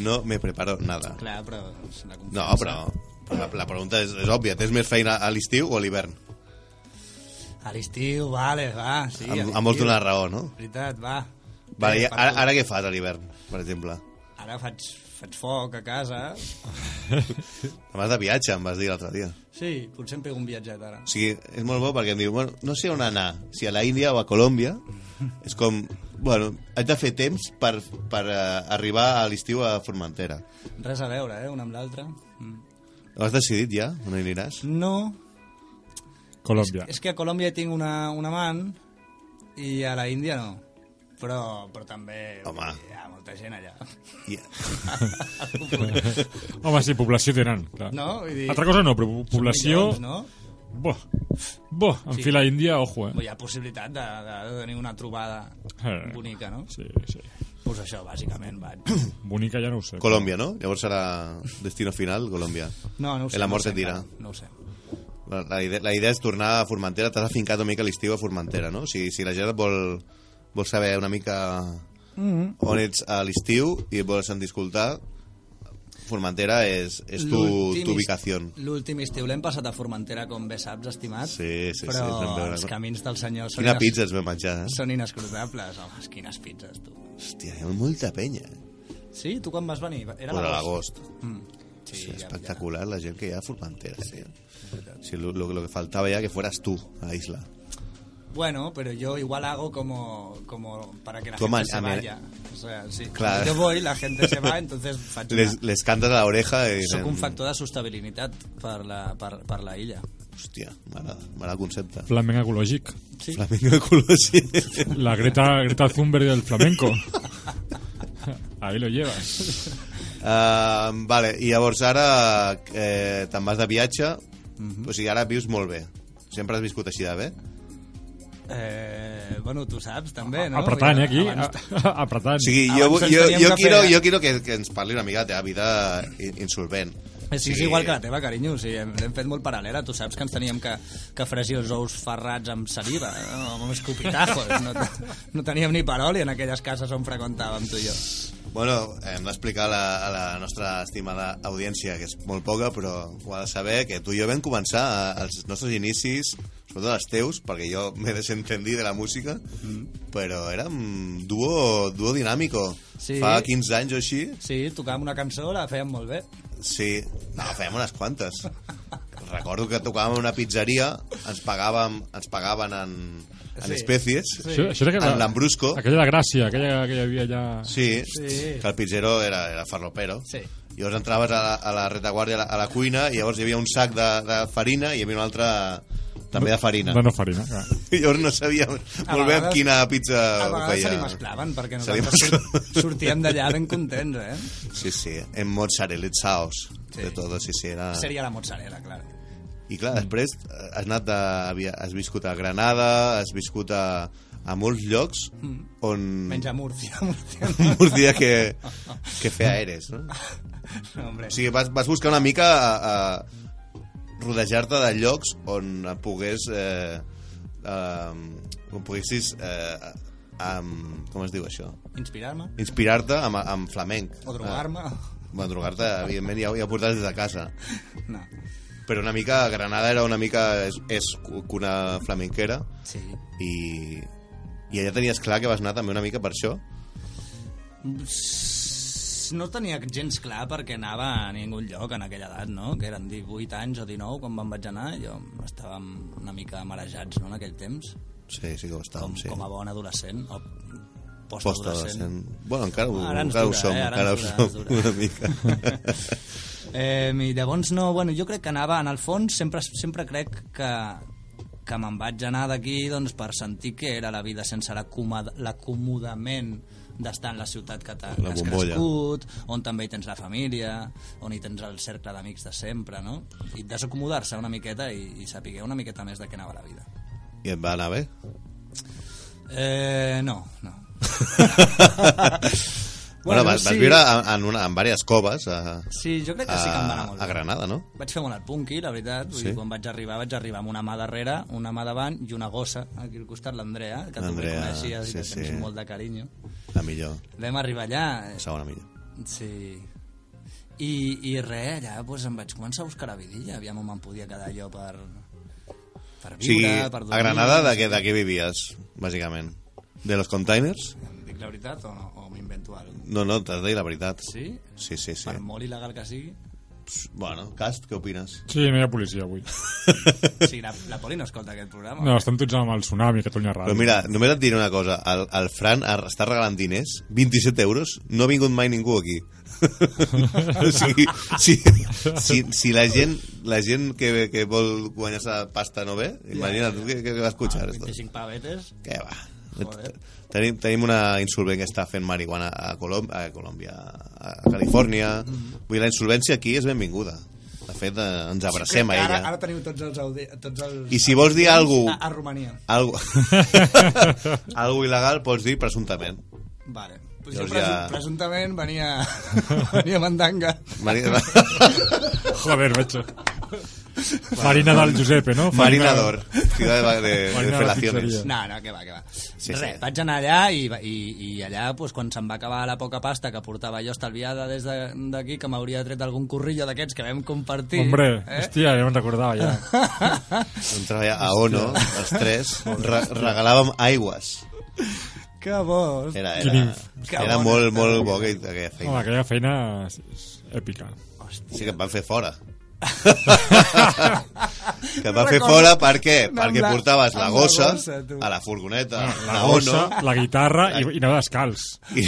no me preparo nada. Clar, però... és la No, confiança. però la, la pregunta és, és òbvia. Tens més feina a l'estiu o a l'hivern? A l'estiu, vale, va, sí. Em- a em vols l'estiu. donar raó, no? Veritat, va. Vale, Eh, ja, per ara, tu. ara què fas a l'hivern, per exemple? Ara faig, faig foc a casa. Te'n vas de viatge, em vas dir l'altre dia. Sí, potser em pego un viatget ara. O sigui, és molt bo perquè em diu, bueno, no sé on anar, si a la Índia o a Colòmbia. <laughs> És com, bueno, haig de fer temps per, per eh, arribar a l'estiu a Formentera. Res a veure, eh, una amb l'altra. Mm. Ho has decidit ja, on hi aniràs? No, Colòmbia. és que a Colòmbia tinc una, un amant i a la Índia no. Però, però també Home. hi ha molta gent allà. Yeah. Home, sí, població tenen. Clar. No? Vull dir, Altra cosa no, però són població... Milions, no? Bo, bo, en Sí. fila índia, ojo, eh? Hi ha possibilitat de, de, de tenir una trobada Eh. bonica, no? Sí, sí. Pues això, bàsicament, <clears throat> vaig. Bonica ja no ho sé. Colòmbia, no? Llavors serà destino final, Colòmbia. No, no ho sé. El amor no ho sé, te tira. encara, No ho sé. La, la, idea, la idea és tornar a Formentera. T'has afincat una mica a l'estiu a Formentera, no? O sigui, si la gent et vol, vol saber una mica Mm-hmm. on ets a l'estiu i et vols sentir escoltar, Formentera és, és tu, L'últim tu est- ubicació. L'últim estiu l'hem passat a Formentera, com bé saps, estimat. Sí, sí, sí, però te'n veurà, els no? camins del senyor són, Quina pizza ens vam menjar, eh? són inescrutables. Home, quines pizzas, tu. Hòstia, hi ha molta penya. Sí? Tu quan vas venir? Era Bueno, a l'agost. l'agost. Mm. Sí, Sí, ja, ja. espectacular la gent que hi ha a Formentera, sí. Sí, lo, lo, lo que faltaba ya que fueras tú a la isla. Bueno, pero yo igual hago como, como para que la Tú ama- gente se ama- vaya. O sea, sí. Claro. Yo voy, la gente se va, entonces faig una- Les, les cantes a l'oreja i... Sóc dicen- un factor de sostenibilitat per la, per, per la illa. Hòstia, m'agrada m'agrada el concepte. Flamenc ecològic. Sí. Flamenco ecològic. <laughs> La Greta, Greta Thunberg del flamenco. Ahí lo llevas. Uh, vale, i llavors ara eh, te'n vas de viatge, Mhm. o sigui, ara vius molt bé. Sempre has viscut així de bé? Mm. Eh, bueno, tu saps, també, no? Apretant, eh, aquí. Abans- <laughs> A- Apretant. O sigui, jo, Abans ens jo, teníem jo, que quiero, fer- jo quiero que, que ens parli una mica de la teva vida in- insolvent. És, sí. és igual que la teva, carinyo. O sigui, hem- l'hem fet molt paral·lela. Tu saps que ens teníem que, que fregir els ous ferrats amb saliva, no? amb escopitajos. No, te- no teníem ni paroli en aquelles cases on freqüentàvem tu i jo. Bueno, hem d'explicar a, la- a la nostra estimada audiència, que és molt poca, però ho ha de saber, que tu i jo vam començar eh, els nostres inicis, sobretot els teus, perquè jo me desentendí de la música, Mm-hmm. però érem duo, duo dinàmico. Sí. Fa 15 anys o així, Sí, tocàvem una cançó, la fèiem molt bé. Sí, no, fèiem unes quantes. Recordo que tocàvem a una pizzeria, ens pagàvem, ens pagaven en, en Sí. espècies, sí. Això, això és aquella, en l'ambrusco. aquella de Gràcia, aquella que hi havia allà... Sí, Sí. que el pizzero era, era farlopero. Sí. Llavors entraves a la, a la retaguardia, a la, a la cuina, i llavors hi havia un sac de, de farina i hi havia un altre també de farina. De no farina, clar. <laughs> I llavors no sabíem molt bé vegades- amb quina pizza A ho vegades se li mesclaven, perquè Eh, Se li nosaltres sort- mesclaven. sortíem d'allà ben contents, eh? Sí, sí, en mozzarellitzaos. Sí. Sí. De tot, sí, sí, era... Seria la mozzarella, clar. I clar, després eh, has anat de, havia- has viscut a Granada, has viscut a, a molts llocs Mm. on... <laughs> Menys a <laughs> Múrcia, Múrcia. Múrcia que, que fea eres, <laughs> no? No, hombre. O sigui, vas, vas buscar una mica a, a rodejar-te de llocs on pogués... Eh, eh, on poguessis... Eh, amb, com es diu això? Inspirar-me Inspirar-te amb, amb flamenc. o drogar-me. Eh, bueno, drogar-te, evidentment, ja, ho- ja ho portes des de casa. No. Però una mica, Granada era una mica... És, és una flamenquera Sí. i, i allà tenies clar que vas anar també una mica per això. No tenia gens clar perquè anava a ningú lloc en aquella edat, no? Que eren 18 anys o 19 quan me'n vaig anar. Jo estàvem una mica marejats, no?, en aquell temps. Sí, sí que ho estàvem, Com, Doncs sí. com a bon adolescent o Postadolescent. postadolescent. Bueno, encara ho, Ara ens encara dura, ho som, eh? Ara encara ho ens dura, ens som dura. una <laughs> mica. Eh, I llavors no, bueno, jo crec que anava, en el fons, sempre, sempre crec que, que me'n vaig anar d'aquí doncs, per sentir que era la vida sense l'acomoda- l'acomodament d'estar en la ciutat que t'ha- que La has bombolla. crescut, on també hi tens la família, on hi tens el cercle d'amics de sempre, no? I desacomodar-se una miqueta i, i saber una miqueta més de què anava la vida. I et va anar <laughs> bé? Eh, no, no. Bueno, vas, sí. vas viure en, en, una, en diverses coves a, Sí, jo crec que sí que em va anar a, molt Ah, a bé. Granada, no? Vaig fer molt el punky, la veritat. Vull Sí? dir, quan vaig arribar, vaig arribar amb una mà darrere, una mà davant i una gossa. Aquí al costat l'Andrea, que tu L'Andrea, Andrea, coneixies sí, i que tens sí. molt de carinyo. La millor, Vam arribar allà, la eh, segona millor. sí... I, i res, allà doncs, em vaig començar a buscar la vidilla, aviam on em podia quedar jo per, per viure, O sigui, per dormir. a Granada de què, de què vivies, bàsicament? De los containers? Dic la veritat o, no, o m'invento alguna cosa? No, no, t'has de dir la veritat. Sí? Sí, sí, sí. Per molt il·legal que <laughs> sigui. Pss, Bueno, Cast, què opines? Sí, no hi ha policia avui. O sigui, la, la Poli no escolta aquest programa. No, estan tots amb el tsunami, Catalunya Ràdio. Però mira, només et diré una cosa, el, el Fran ar- està regalant diners, 27 euros, no ha vingut mai ningú aquí. <laughs> o sigui, si, si, si la gent, la gent que, que vol guanyar-se pasta no ve, imagina't tu què, què va escuchar. esto. 25 pavetes. Què va? Ah, Joder. Tenim, tenim una insolvent que està fent marihuana a, Colom a Colòmbia, a a Califòrnia. Mm-hmm. Vull dir, la insolvència aquí és benvinguda. De fet, eh, ens abracem a Crec que ella. Ara, ara teniu tots els... Audi... Tots els I si vols dir alguna Doncs A, a Romania. <laughs> Algo, algo il·legal pots dir presumptament. Vale. Pues jo Llavors presu ja- presumptament venia, <laughs> venia mandanga. Marina, <laughs> Joder, macho. Farina del Giuseppe, no? Marina d'Or, ciudad de, de, de Marina de felaciones. pizzería. No, no, que va, que va. Sí, Sí, Res, sí. vaig anar allà i, va- i, i allà, pues, quan se'm va acabar la poca pasta que portava jo estalviada des de- d'aquí, que m'hauria tret algun corrillo d'aquests que vam compartir... Hombre, eh? hòstia, ja me'n recordava, <laughs> ja. On treballa a ONO, els tres, re regalàvem aigües. <laughs> Que bo! Era, Quin era, inf- Que era bona molt, molt bo aquella aquella Home, feina. aquella feina és- és èpica. <laughs> Sí que et van fer fora. que et va fer Recordo- fora per què? Amb Perquè la- portaves la amb la gossa, gossa, tu. Ah, a la furgoneta, a La la bossa, Ono, la <laughs> guitarra i, i anava descalç. i...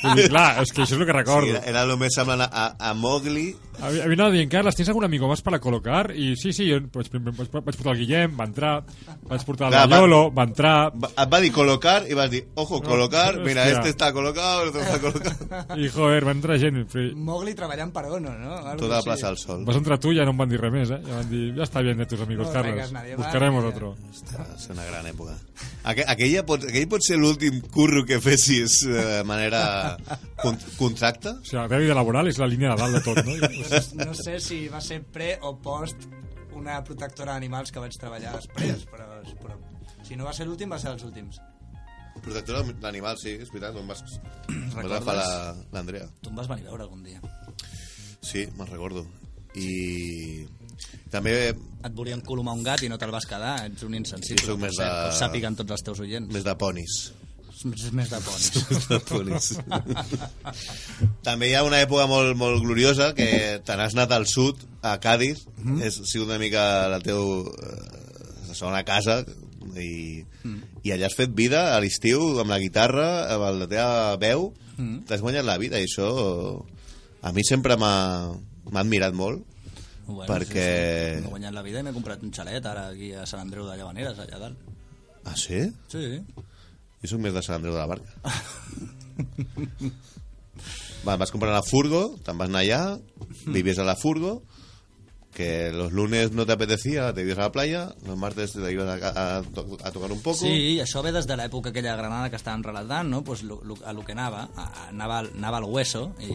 Vull dir, clar, és que això és el que Sí, eh. recordo. era, era el més semblant a, a, a Mowgli. A mi, a mi anava dient, Carles, tens algun amigo més per a col·locar? I sí, sí, jo vaig, vaig, vaig portar el Guillem, va entrar, vaig portar el Clar, va- Gallolo, va entrar, Va- Et va dir col·locar i vas dir, ojo, col·locar, mira, hòstia. este està col·locat, este està col·locat. i joder, va entrar gent. Però Mowgli treballant per Ono, no? <laughs> Algo Tota la així. plaça al sol. vas entrar tu i ja no em van dir res més, eh? Ja van dir, ja està bien de tus amigos, No Carles, traigas nadie más, buscaremos ja. otro. Va ser una gran època. Aqu aquella pot, aquell pot ser l'últim curro que fessis eh, de manera con contracte? O sigui, la teva vida laboral és la línia de dalt de <laughs> tot, no? No sé si va ser pre o post una protectora d'animals que vaig treballar després, però, però si no va ser l'últim, va ser els últims. Protectora d'animal, sí, és veritat, on vas, vas Recordes? agafar la- l'Andrea. Tu em vas venir a veure algun dia. Sí, me'n recordo. I també Et volien colomar un gat i no te'l vas quedar, ets un insensible. Sí, sóc més per cert, de- que ho sàpiguen tots els teus oients. més de ponis. Més, més de pons. de polis. També hi ha una època molt, molt gloriosa que te n'has anat al sud, a Cádiz, mm -hmm. és ha sigut una mica la teu eh, la segona casa i, mm. i allà has fet vida a l'estiu amb la guitarra, amb la teva veu, mm. t'has guanyat la vida i això a mi sempre m'ha m'ha admirat molt. Bueno, Perquè- Sí, sí. M'he guanyat la vida i m'he comprat un xalet ara aquí a Sant Andreu de Llavaneres, allà dalt. Ah, sí? Sí, Jo soc més de Sant Andreu de la Barca. Va, vas comprar la furgo, te'n vas anar allà, vivies a la furgo, que los lunes no te apetecía, te ibas a la playa, los martes te ibas a, a, to- a tocar un poco. Sí, i això ve des de l'època aquella granada que estàvem relatant, no? Pues lo, lo, a lo que anava, a, a- anava, al- anava al hueso i,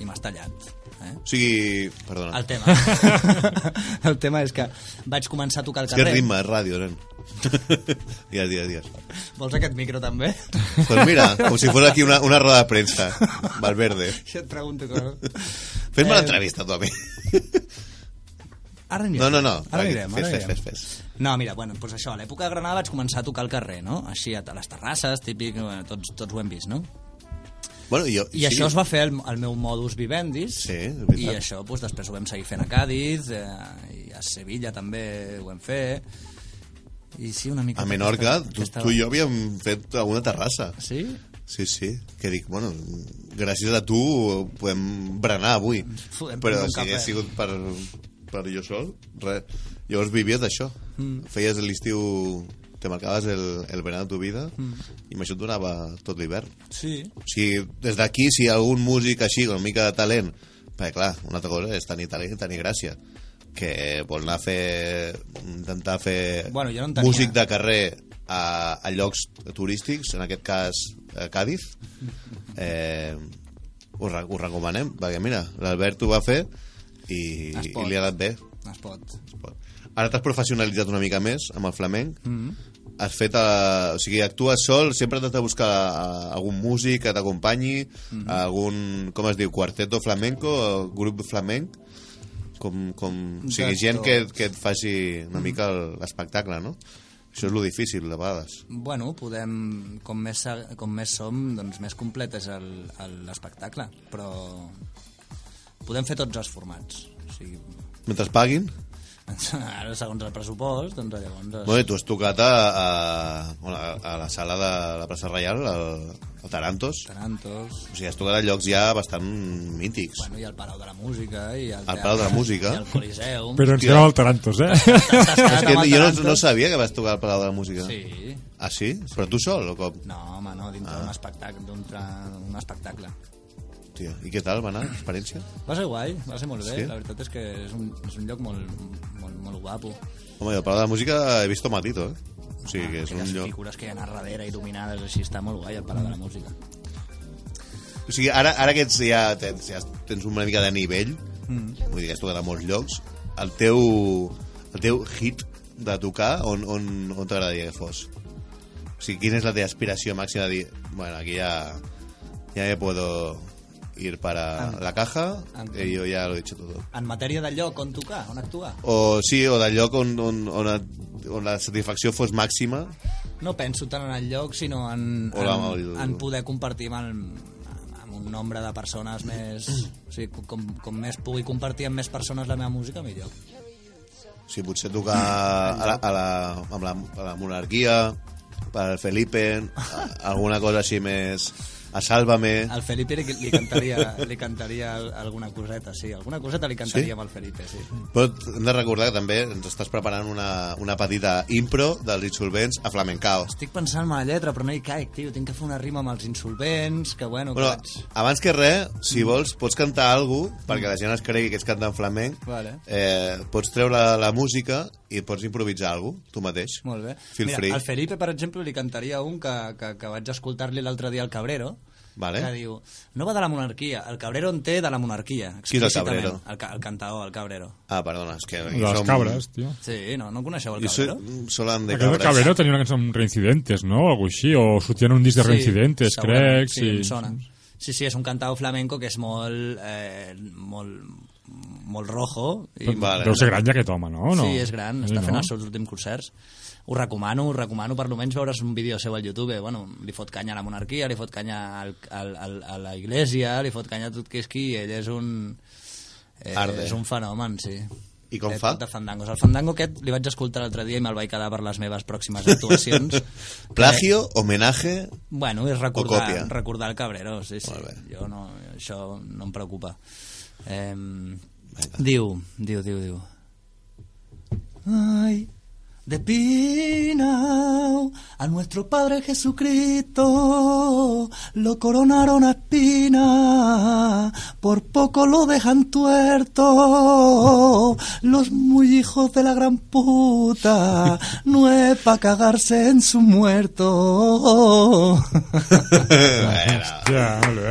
i m'has tallat. Eh? O sigui, perdona. El El tema. <laughs> el tema és que vaig començar a tocar al és que és carrer. ritme, és ràdio, nen. <laughs> dies, dies, dies. Vols aquest micro també? <laughs> Pues mira, com si fos aquí una, una roda de premsa. Valverde. Jo et pregunto coses. Fes-me Eh, l'entrevista, tu, a mi. Ara anirem. No, no, no. Ara tranqui, anirem, fes, ara fes, anirem. fes, fes. No, mira, bueno, doncs això, a l'època de Granada vaig començar a tocar al carrer, no? Així, a a les terrasses, típic, bueno, tots, tots ho hem vist, no? Bueno, jo, I sí. això es va fer el, el meu modus vivendis Sí, és i veritat. això doncs, després ho vam seguir fent a Càdiz eh, i a Sevilla també ho vam fer i sí, una mica A Menorca, tu, tu i jo havíem fet alguna terrassa. sí? Sí, sí, que dic, bueno, gràcies a tu podem berenar avui. Podem Però prendre un si hagués cafè. sigut per, per jo sol, res. Llavors vivies d'això. Mm. Feies l'estiu, te marcaves el, el verano de tu vida mm. i amb això et donava tot l'hivern. sí O sigui, des d'aquí, si algun músic així, amb una mica de talent, perquè clar, una altra cosa és tenir talent i tenir gràcia, que vol anar a fer, intentar fer Bueno, jo no en tenia. músic de carrer a, a llocs turístics, en aquest cas a Càdiz, eh, ho, re- ho recomanem, perquè mira, l'Albert ho va fer i, Es pot. i li ha anat bé. es pot Es pot. Ara t'has professionalitzat una mica més amb el flamenc. Mm. Has fet... eh, o sigui, actues sol, sempre t'has de buscar eh, algun músic que t'acompanyi, mm -hmm. algun, com es diu, quarteto flamenco, eh, grup flamenc, com, com, o sigui, De gent tot. que, que et faci una mica el- l'espectacle, no? Això és lo difícil, de vegades. bueno, podem, com més, sa- com més som doncs més complet és el- el- l'espectacle però podem fer tots els formats o sigui, <laughs> Mentre paguin... ara segons el pressupost doncs llavors es- No, i tu has tocat a, a, bueno, a, a la sala de la plaça Reial, al, al Tarantos. Tarantos O sigui, has tocat a llocs ja bastant mítics. Bueno, i el Palau de la Música i el, el Palau de la Música. I el Coliseum. Però ens quedava el Tarantos, <laughs> eh? T'has quedat És que amb el jo no, Tarantos? no sabia que vas tocar al Palau de la Música. doncs. Sí. Ah, sí? Però tu sol o com? No, home, no, dintre Ah. d'un espectacle, dintre un espectacle. Tio, I què tal va anar l'experiència? Va ser guai, va ser molt bé. Sí? La veritat és que és un, és un lloc molt, molt, molt guapo. Home, jo al Palau de la Música he vist Tomatito, eh? O sigui Ah, que és un Aquelles lloc... figures que hi ha a darrere i dominades, així està molt guai el Palau de la Música. O sigui, ara, ara que ets, ja, tens, ja tens una mica de nivell, mm. vull dir que has tocat a molts llocs, el teu, el teu hit de tocar, on, on, on t'agradaria que fos? O sigui, quina és la teva aspiració màxima de dir, bueno, aquí ja, ja me puedo ir para la caja, Amb- y yo ya lo he dicho todo. En matèria de lloc on tocar, on actuar, o sí, o del lloc on, on, on, et- on la satisfacció fos màxima no penso tant en el lloc, sinó en, O la- en, en poder compartir amb, el- amb un nombre de persones més... O sigui, com, com més pugui compartir amb més persones la meva música, millor. o sigui, potser tocar a la, a la, amb la, a la monarquia, per Felipe, a, alguna cosa així més... A Sálvame... Al Felipe li, li cantaria, li cantaria al- alguna coseta, sí. Alguna coseta li Sí? cantaria amb el Felipe, sí. Però hem de recordar que també ens estàs preparant una, una petita impro dels insolvents a Flamencao. Estic pensant en la lletra, però no hi caic, tio. Tinc que fer una rima amb els insolvents, que bueno... Bueno, que vaig- abans que res, Mm. si vols, pots cantar alguna cosa perquè la gent es cregui que ets cantant flamenc. Vale. Eh, pots treure la, la música i pots improvisar alguna cosa, tu mateix. Molt bé. Feel Mira, free. al Felipe, per exemple, li cantaria un que, que, que vaig escoltar-li l'altre dia al Cabrero, Vale. que diu, no va de la monarquia, el Cabrero en té de la monarquia. Qui és el explícitament. Cabrero? El, ca- el cantaó, el Cabrero. Ah, perdona, és que... De les cabres, tio. Sí, no, no coneixeu el Jo soy, Cabrero? solan de Aquest de cabres. Cabrero tenia una cançó amb Reincidentes, no? O alguna així, o sortia en un disc de Reincidentes, segurament, crec. Sí, em sona. Sí, sí, és un cantau flamenco que és molt... Eh, molt, molt rojo. I Vale. Deu ser gran ja aquest home, no? no? Sí, és gran, Sí, està fent no? els seus últims concerts. Ho recomano, ho recomano per almenys veure's un vídeo seu al YouTube. eh, Bueno, li fot canya a la monarquia, li fot canya al, al, al, a la iglesia, li fot canya a tot que és qui. Ell és un... Eh, Arde. és un fenomen, sí. I com Té fa? tot De fandangos. El fandango aquest li vaig escoltar l'altre dia i me'l vaig quedar per les meves pròximes actuacions. <laughs> Plagio, homenatge... Bueno, és O còpia. recordar, recordar el Cabrero, sí, sí. Molt bé. Jo no, això no em preocupa. Eh, diu, diu, diu, diu. Ay, de Pinau a nuestro Padre Jesucristo lo coronaron a espina, por poco lo dejan tuerto, los muy hijos de la gran puta, no es pa' cagarse en su muerto. <laughs> <laughs>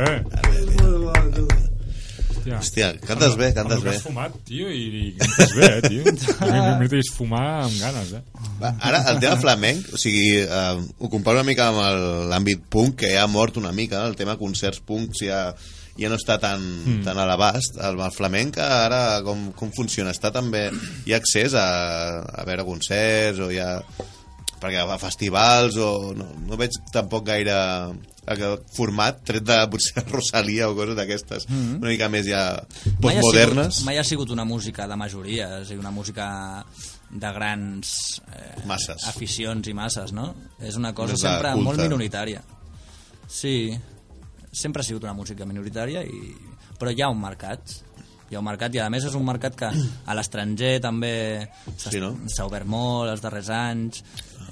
Bueno, Hòstia, Hòstia, molt bé. Hòstia. cantes bé, Amb el cantes que bé. has fumat, tio, i, i cantes bé, eh, tio. Mira, fumar amb ganes, eh? Va, Ara, el tema flamenc, o sigui, eh, ho comparo una mica amb el- l'àmbit punk, que ja ha mort una mica, el tema concerts punks ja, ja no està tan, Hmm. mm. tan a l'abast. El, el flamenc ara com, com funciona? Està també... Hi ha accés a, a veure concerts o hi ha perquè a festivals o no, no veig tampoc gaire aquest format, tret de potser <laughs> Rosalia o coses d'aquestes, mm -hmm. una mica més ja Mai ha postmodernes, sigut- Mai ha sigut una música de majoria, és a dir, una música de grans eh, Masses. aficions i masses, no? És una cosa Més de sempre culte. molt minoritària. Sí, sempre ha sigut una música minoritària, i... però hi ha un mercat. Hi ha un mercat, i a més és un mercat que a l'estranger també s'ha Sí, no? s'ha obert molt els darrers anys.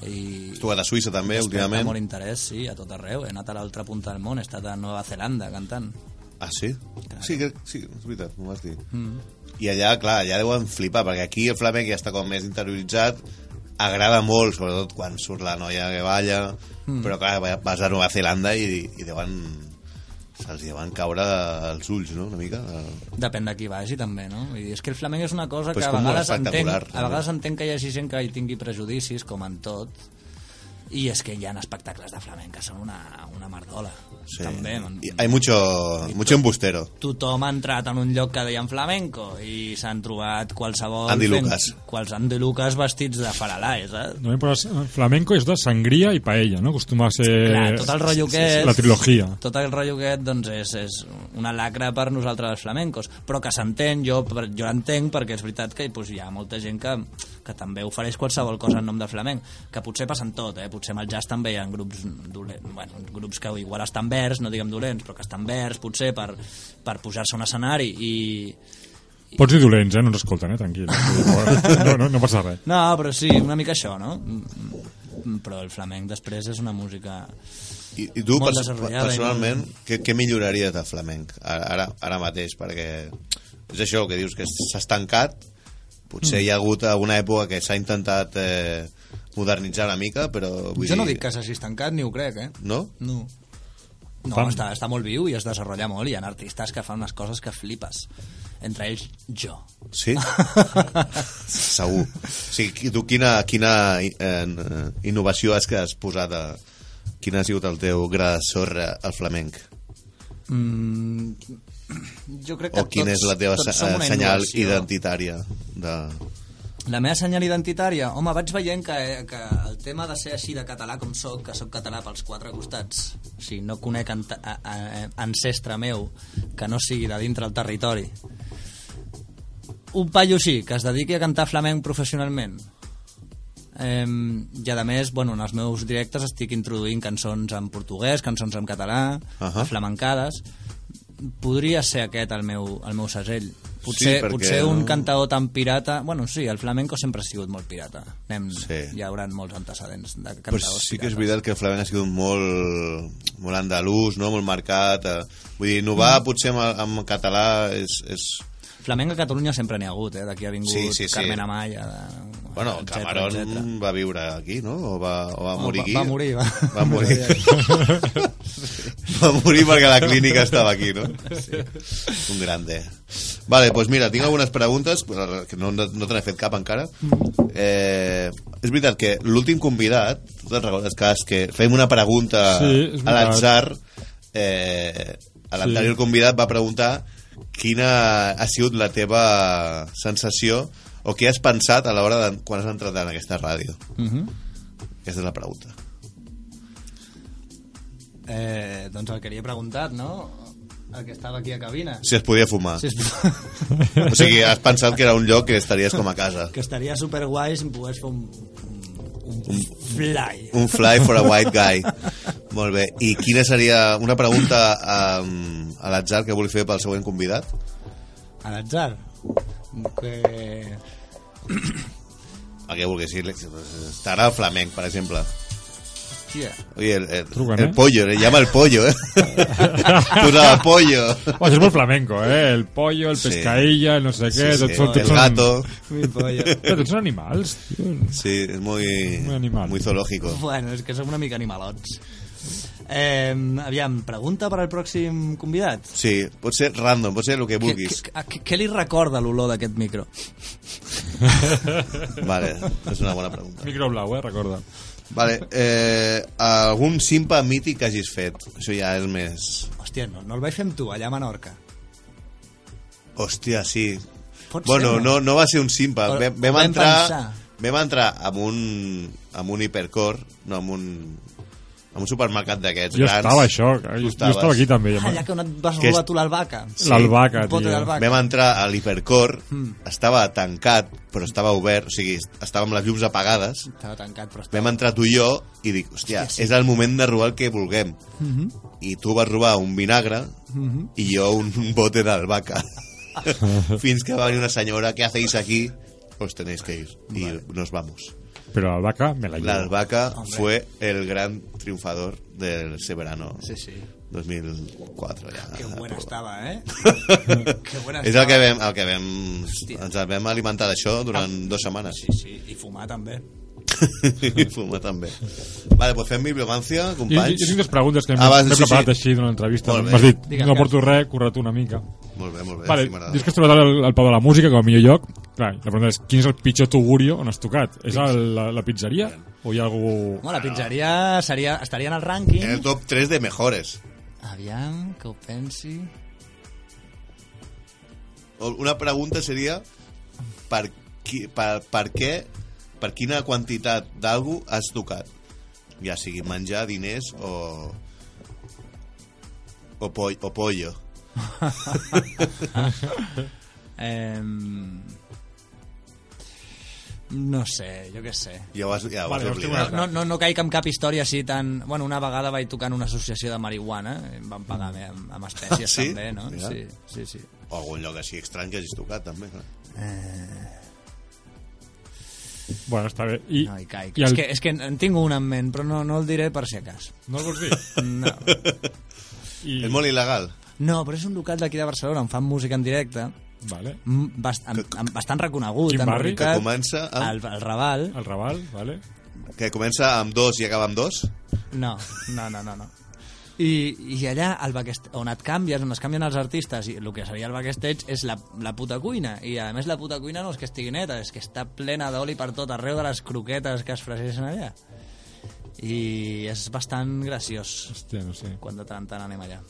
I... tu a Suïssa també, desperta últimament. molt interès, sí, a tot arreu. He anat a l'altra punta del món, he estat a Nova Zelanda cantant. Ah, sí? Sí, que, sí, és veritat, m'ho vas dir. I allà, clar, allà deuen flipar, perquè aquí el flamenc ja està com més interioritzat, agrada molt, sobretot quan surt la noia que balla, però clar, va- vas a Nova Zelanda i, i deuen se'ls deuen caure els ulls, no?, una mica. Depèn de qui vagi, també, no? Vull dir, és que el flamenc és una cosa Però que és a com molt vegades, entenc, espectacular, a també. vegades entenc que hi hagi gent que hi tingui prejudicis, com en tot, i és que hi ha espectacles de flamenc que són una, una merdola, sí. també. I Hay mucho, mucho embustero. Tothom ha entrat en un lloc que deien flamenco i s'han trobat qualsevol... Andy fent- Lucas. Quals Andy Lucas vestits de faralà, saps? Normalment poses flamenco és de sangria i paella, no? Acostuma a ser Eh, Clar, tot el rotllo aquest... la trilogia. Tot el rotllo aquest, doncs, és, és una lacra per nosaltres els flamencos, però que s'entén, jo, per- jo l'entenc, perquè és veritat que doncs, hi ha molta gent que, que també ofereix qualsevol cosa en nom del flamenc, que potser passen tot, eh? potser amb el jazz també hi ha grups, dolent, bueno, grups que igual estan verds, no diguem dolents, però que estan verds, potser per, per pujar-se a un escenari i... Pots dir dolents, eh? No ens escolten, eh? Tranquil. No, no, no passa res. No, però sí, una mica això, no? Mm, mm, Però el flamenc després és una música... I, i tu, Molt eh? pers desenrotllada i personalment, què, què milloraries de flamenc ara, ara, ara mateix? Perquè és això que dius, que s'ha estancat, Mm. potser hi ha hagut alguna època que s'ha intentat eh, modernitzar una mica, però... Vull jo no dir- dic que s'hagi estancat, ni ho crec, eh? No? No. No, Pam. està, està molt viu i es desenrotlla molt. Hi ha artistes que fan unes coses que flipes. Entre ells, jo. <laughs> Sí? Segur. O sigui, qui- tu quina, quina eh, innovació has, que has posat a... Quin ha sigut el teu gra de sorra al flamenc? Mm, jo crec que O quina tots, és la teva tots se- som una senyal innovació. identitària? De... La meva senyal identitària? Home, vaig veient que, eh, que el tema de ser així de català com sóc, que sóc català pels quatre costats, o sigui, no conec ant- a, a, ancestre meu que no sigui de dintre el territori, un paio així, que es dediqui a cantar flamenc professionalment, eh, i a més, bueno, en els meus directes estic introduint cançons en portuguès, cançons en català, uh Ahà. -huh. flamencades, podria ser aquest el meu, el meu segell. Potser, Sí, perquè potser un no- cantador tan pirata... Bueno, sí, el flamenco sempre ha sigut molt pirata. Anem, Sí. sí. Hi haurà molts antecedents de Però cantadors sí que és pirates. veritat que el flamenc ha sigut molt, molt andalús, no? molt marcat. Eh? Vull dir, innovar Mm. potser amb, amb català és... és... Flamenc a Catalunya sempre n'hi ha hagut, eh? D'aquí ha vingut Sí, sí, sí. Carmen Amaya... De... Bueno, etcètera, Camarón etcètera. va viure aquí, no? O va, o va No, morir va- aquí. va morir, va. Va morir. <laughs> va morir perquè la clínica estava aquí, no? Sí. Un grande. Vale, doncs pues mira, tinc algunes preguntes, però que no, no, no te n'he fet cap encara. Mm. Eh, és veritat que l'últim convidat, tu te'n recordes, Cas, que fèiem una pregunta Sí, és a veritat. l'atzar, eh, a l'anterior convidat va preguntar quina ha sigut la teva sensació o què has pensat a l'hora de quan has entrat en aquesta ràdio. Mhm. Aquesta és la pregunta. Eh, doncs el que li he preguntat, no? El que estava aquí a cabina. Si es podia fumar. Sí, <laughs> Sí, és... O sigui, has pensat que era un lloc que estaries com a casa. <laughs> que estaria superguai si em pogués fer un, un, un fly. Un fly for a white guy. Molt bé. I quina seria una pregunta um, a l'atzar que vull fer pel següent convidat? A l'atzar. Que... El que vulguessis. T'agrada el flamenc, per exemple. Hòstia. Oye, el, el, Truquen, el eh? pollo, le llama el pollo, <laughs> eh? Posava pollo. Oh, això és molt flamenco, eh? El pollo, el Sí. pescailla, el no sé què... Sí, tots, sí. són, tots El gato. Mi pollo. Són, tots són animals, tio. Sí, es muy, Muy animal. muy zoológico. Bueno, és que som una mica animalots. Eh, aviam, pregunta per al pròxim convidat. Sí, pot ser random, pot ser el que Què- vulguis. què- a- Què què li recorda l'olor d'aquest micro? Vale, és una bona pregunta. Micro blau, eh? Recorda. Vale, eh, algun simpa mític que hagis fet? Això ja és més... Hòstia, no, no el vaig fer amb tu, allà a Menorca. Hòstia, sí. Pot bueno, ser, no, no va ser un simpa. Però Vam, ho vam vam entrar... pensar. Vam entrar amb un, amb un hipercor, no, amb un, amb un supermercat d'aquests Jo grans. estava això, eh, jo, jo estaves. estava aquí també. Ah, allà que on et vas Que és- robar tu l'albaca. L'albaca, Un pote tio. d'albaca. Vam entrar a l'hipercor, Hmm. estava tancat, però estava obert, o sigui, estava amb les llums apagades. Estava tancat, però estava... Vam entrar tu i jo i dic, hòstia, sí, sí. és el moment de robar el que vulguem. Mhm. I tu vas robar un vinagre i jo un, un bote <laughs> d'albaca. Fins que va venir una senyora, què hacéis aquí? Os tenéis que ir. I nos vamos. Però la vaca me La la llevo. albahaca fue el gran triunfador del ese verano Sí, sí. 2004. Ja. Que buena <laughs> estava, eh? que buena Ah, És el que vam, el que vam, ens el vam alimentar d'això durant dues setmanes. Sí, sí, i fumar també. <laughs> I fumar també. Vale, doncs fem bibliomància, Jo, jo, jo companys. tinc dues preguntes que m'he Ah, va, sí, sí. preparat així d'una entrevista. Molt bé. M'has dit, Digues, no Carles. porto res, corre tu una mica. Molt bé, molt bé. Vale, sí, m'agrada. dius que has trobat el, el Pau de la Música com a millor lloc. Clar, la pregunta és, quin és el pitjor tugurio on has tocat? És el, la, la pizzeria? O hi ha algú... Home, la pizzeria seria, estaria en el rànquing. En el top 3 de mejores. Aviam, que ho pensi... O- Una pregunta seria per, qui, per, per què, per quina quantitat d'algú has tocat? Ja sigui menjar, diners o... O, po o pollo. Eh... No sé, jo què sé. Ja ho has, ja ho has Vale, vale, hòstia, oblidat. No, no, no, no caic en cap història així tan... Bueno, una vegada vaig tocar en una associació de marihuana, eh, em van pagar bé amb, amb espècies Ah, Sí? també, no? Mira. Sí, sí, sí. O algun lloc així estrany que hagis tocat, també. clar. Eh, Bueno, està bé. I, No, hi caic. I És, el... que, és que en en tinc una en ment, però no, no el diré per si a cas. No el vols dir? <laughs> No. I... És molt il·legal. no, però és un local d'aquí de Barcelona on fan música en directe, Vale. mm, bast amb, amb bastant reconegut. Quin en barri? realitat. Que comença a- Al, al Raval. El Raval, vale. Que comença amb dos i acaba amb dos. No, no, no, no, no. I, i allà el backst- on et canvies, on es canvien els artistes i el que seria el backstage és la, la puta cuina i a més la puta cuina no és que estigui neta és que està plena d'oli per tot arreu de les croquetes que es fregeixen allà i és bastant graciós Hòstia, no sé. quan de tant en tant anem allà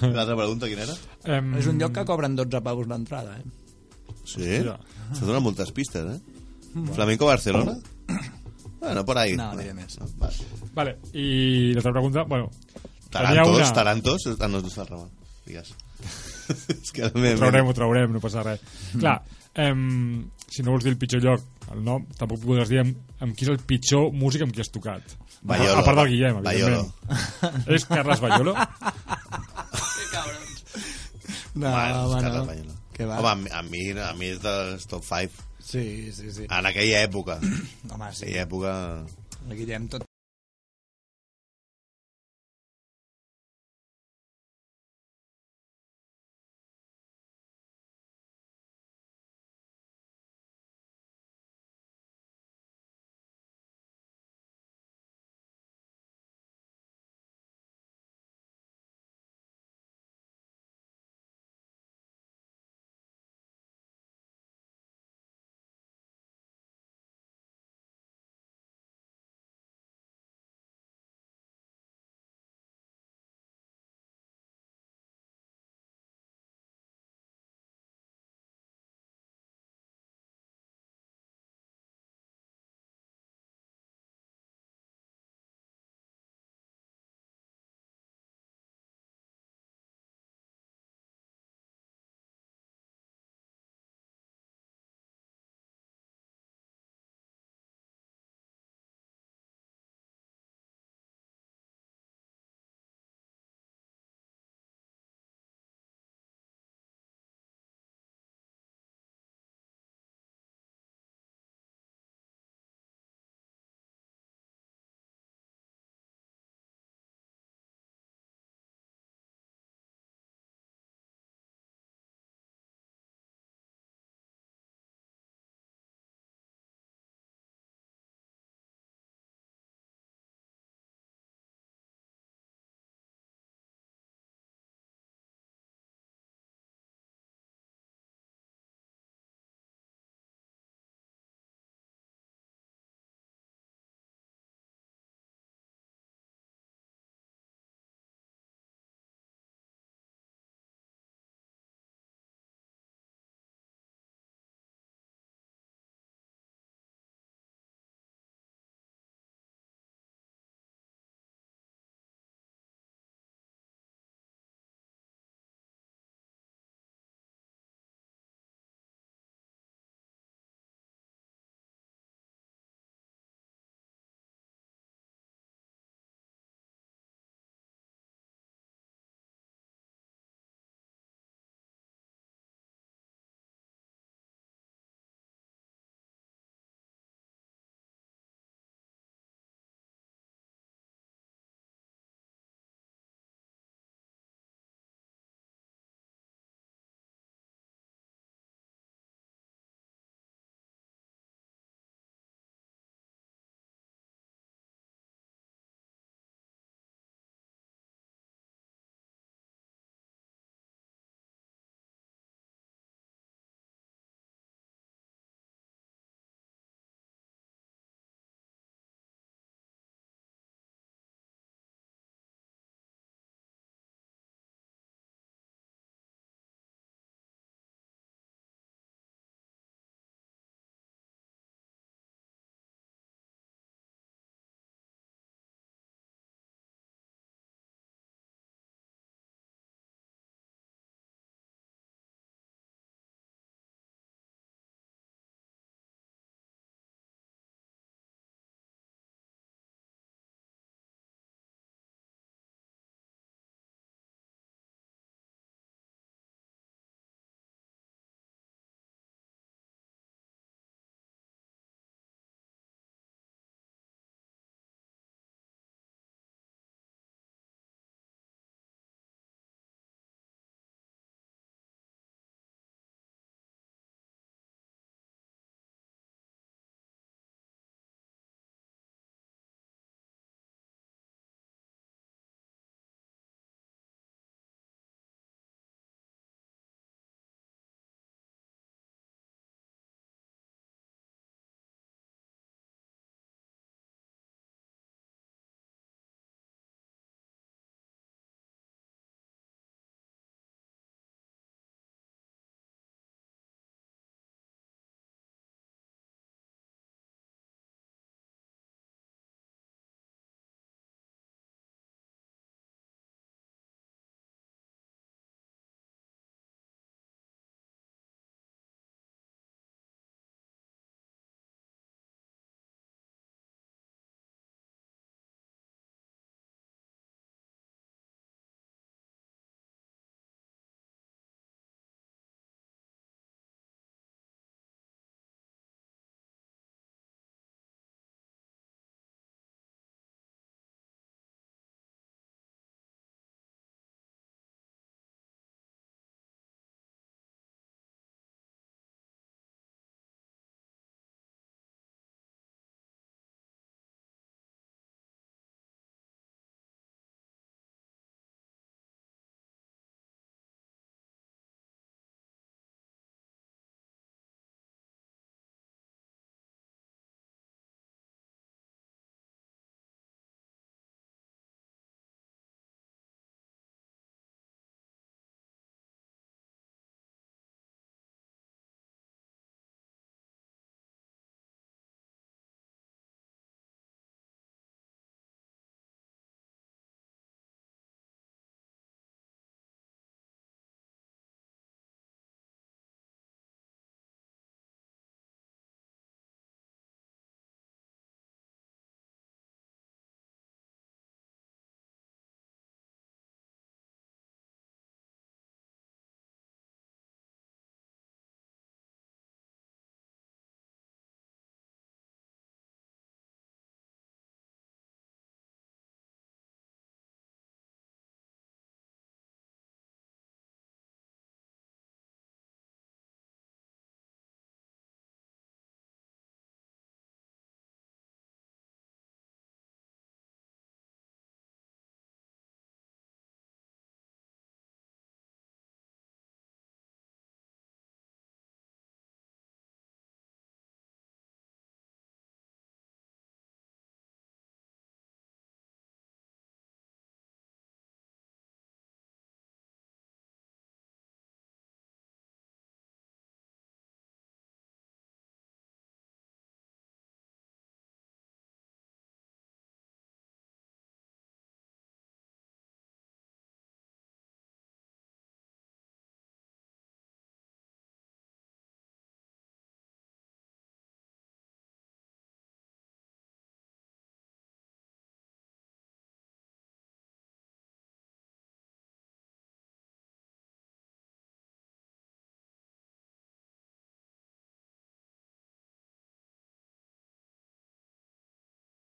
L'altra pregunta, quina era? Um, Mm. és un lloc que cobren 12 pavos l'entrada eh? Sí? Mira. Se donen moltes pistes, eh? Flamenco Barcelona? Bueno, por ahí. No, diré més. Vale. Vale, i l'altra pregunta, bueno... tenia Tarantos, Tarantos, ah, no, no està Ramon, digues. és que la meva... traurem, ho traurem, no passa res. Mm-hmm. Clar, em, si no vols dir el pitjor lloc, el nom, tampoc podràs dir amb, amb qui és el pitjor músic amb qui has tocat. Baiolo. A part del Guillem, Baiolo. evidentment. És Carles Baiolo? <laughs> No, No, bueno, home, Carles no. Baiolo. Que va. Home, a mi- a mi, a mi és dels top 5. Sí, sí, sí. En aquella època. En Home, Ah, sí. eh. aquella època... El Guillem tot,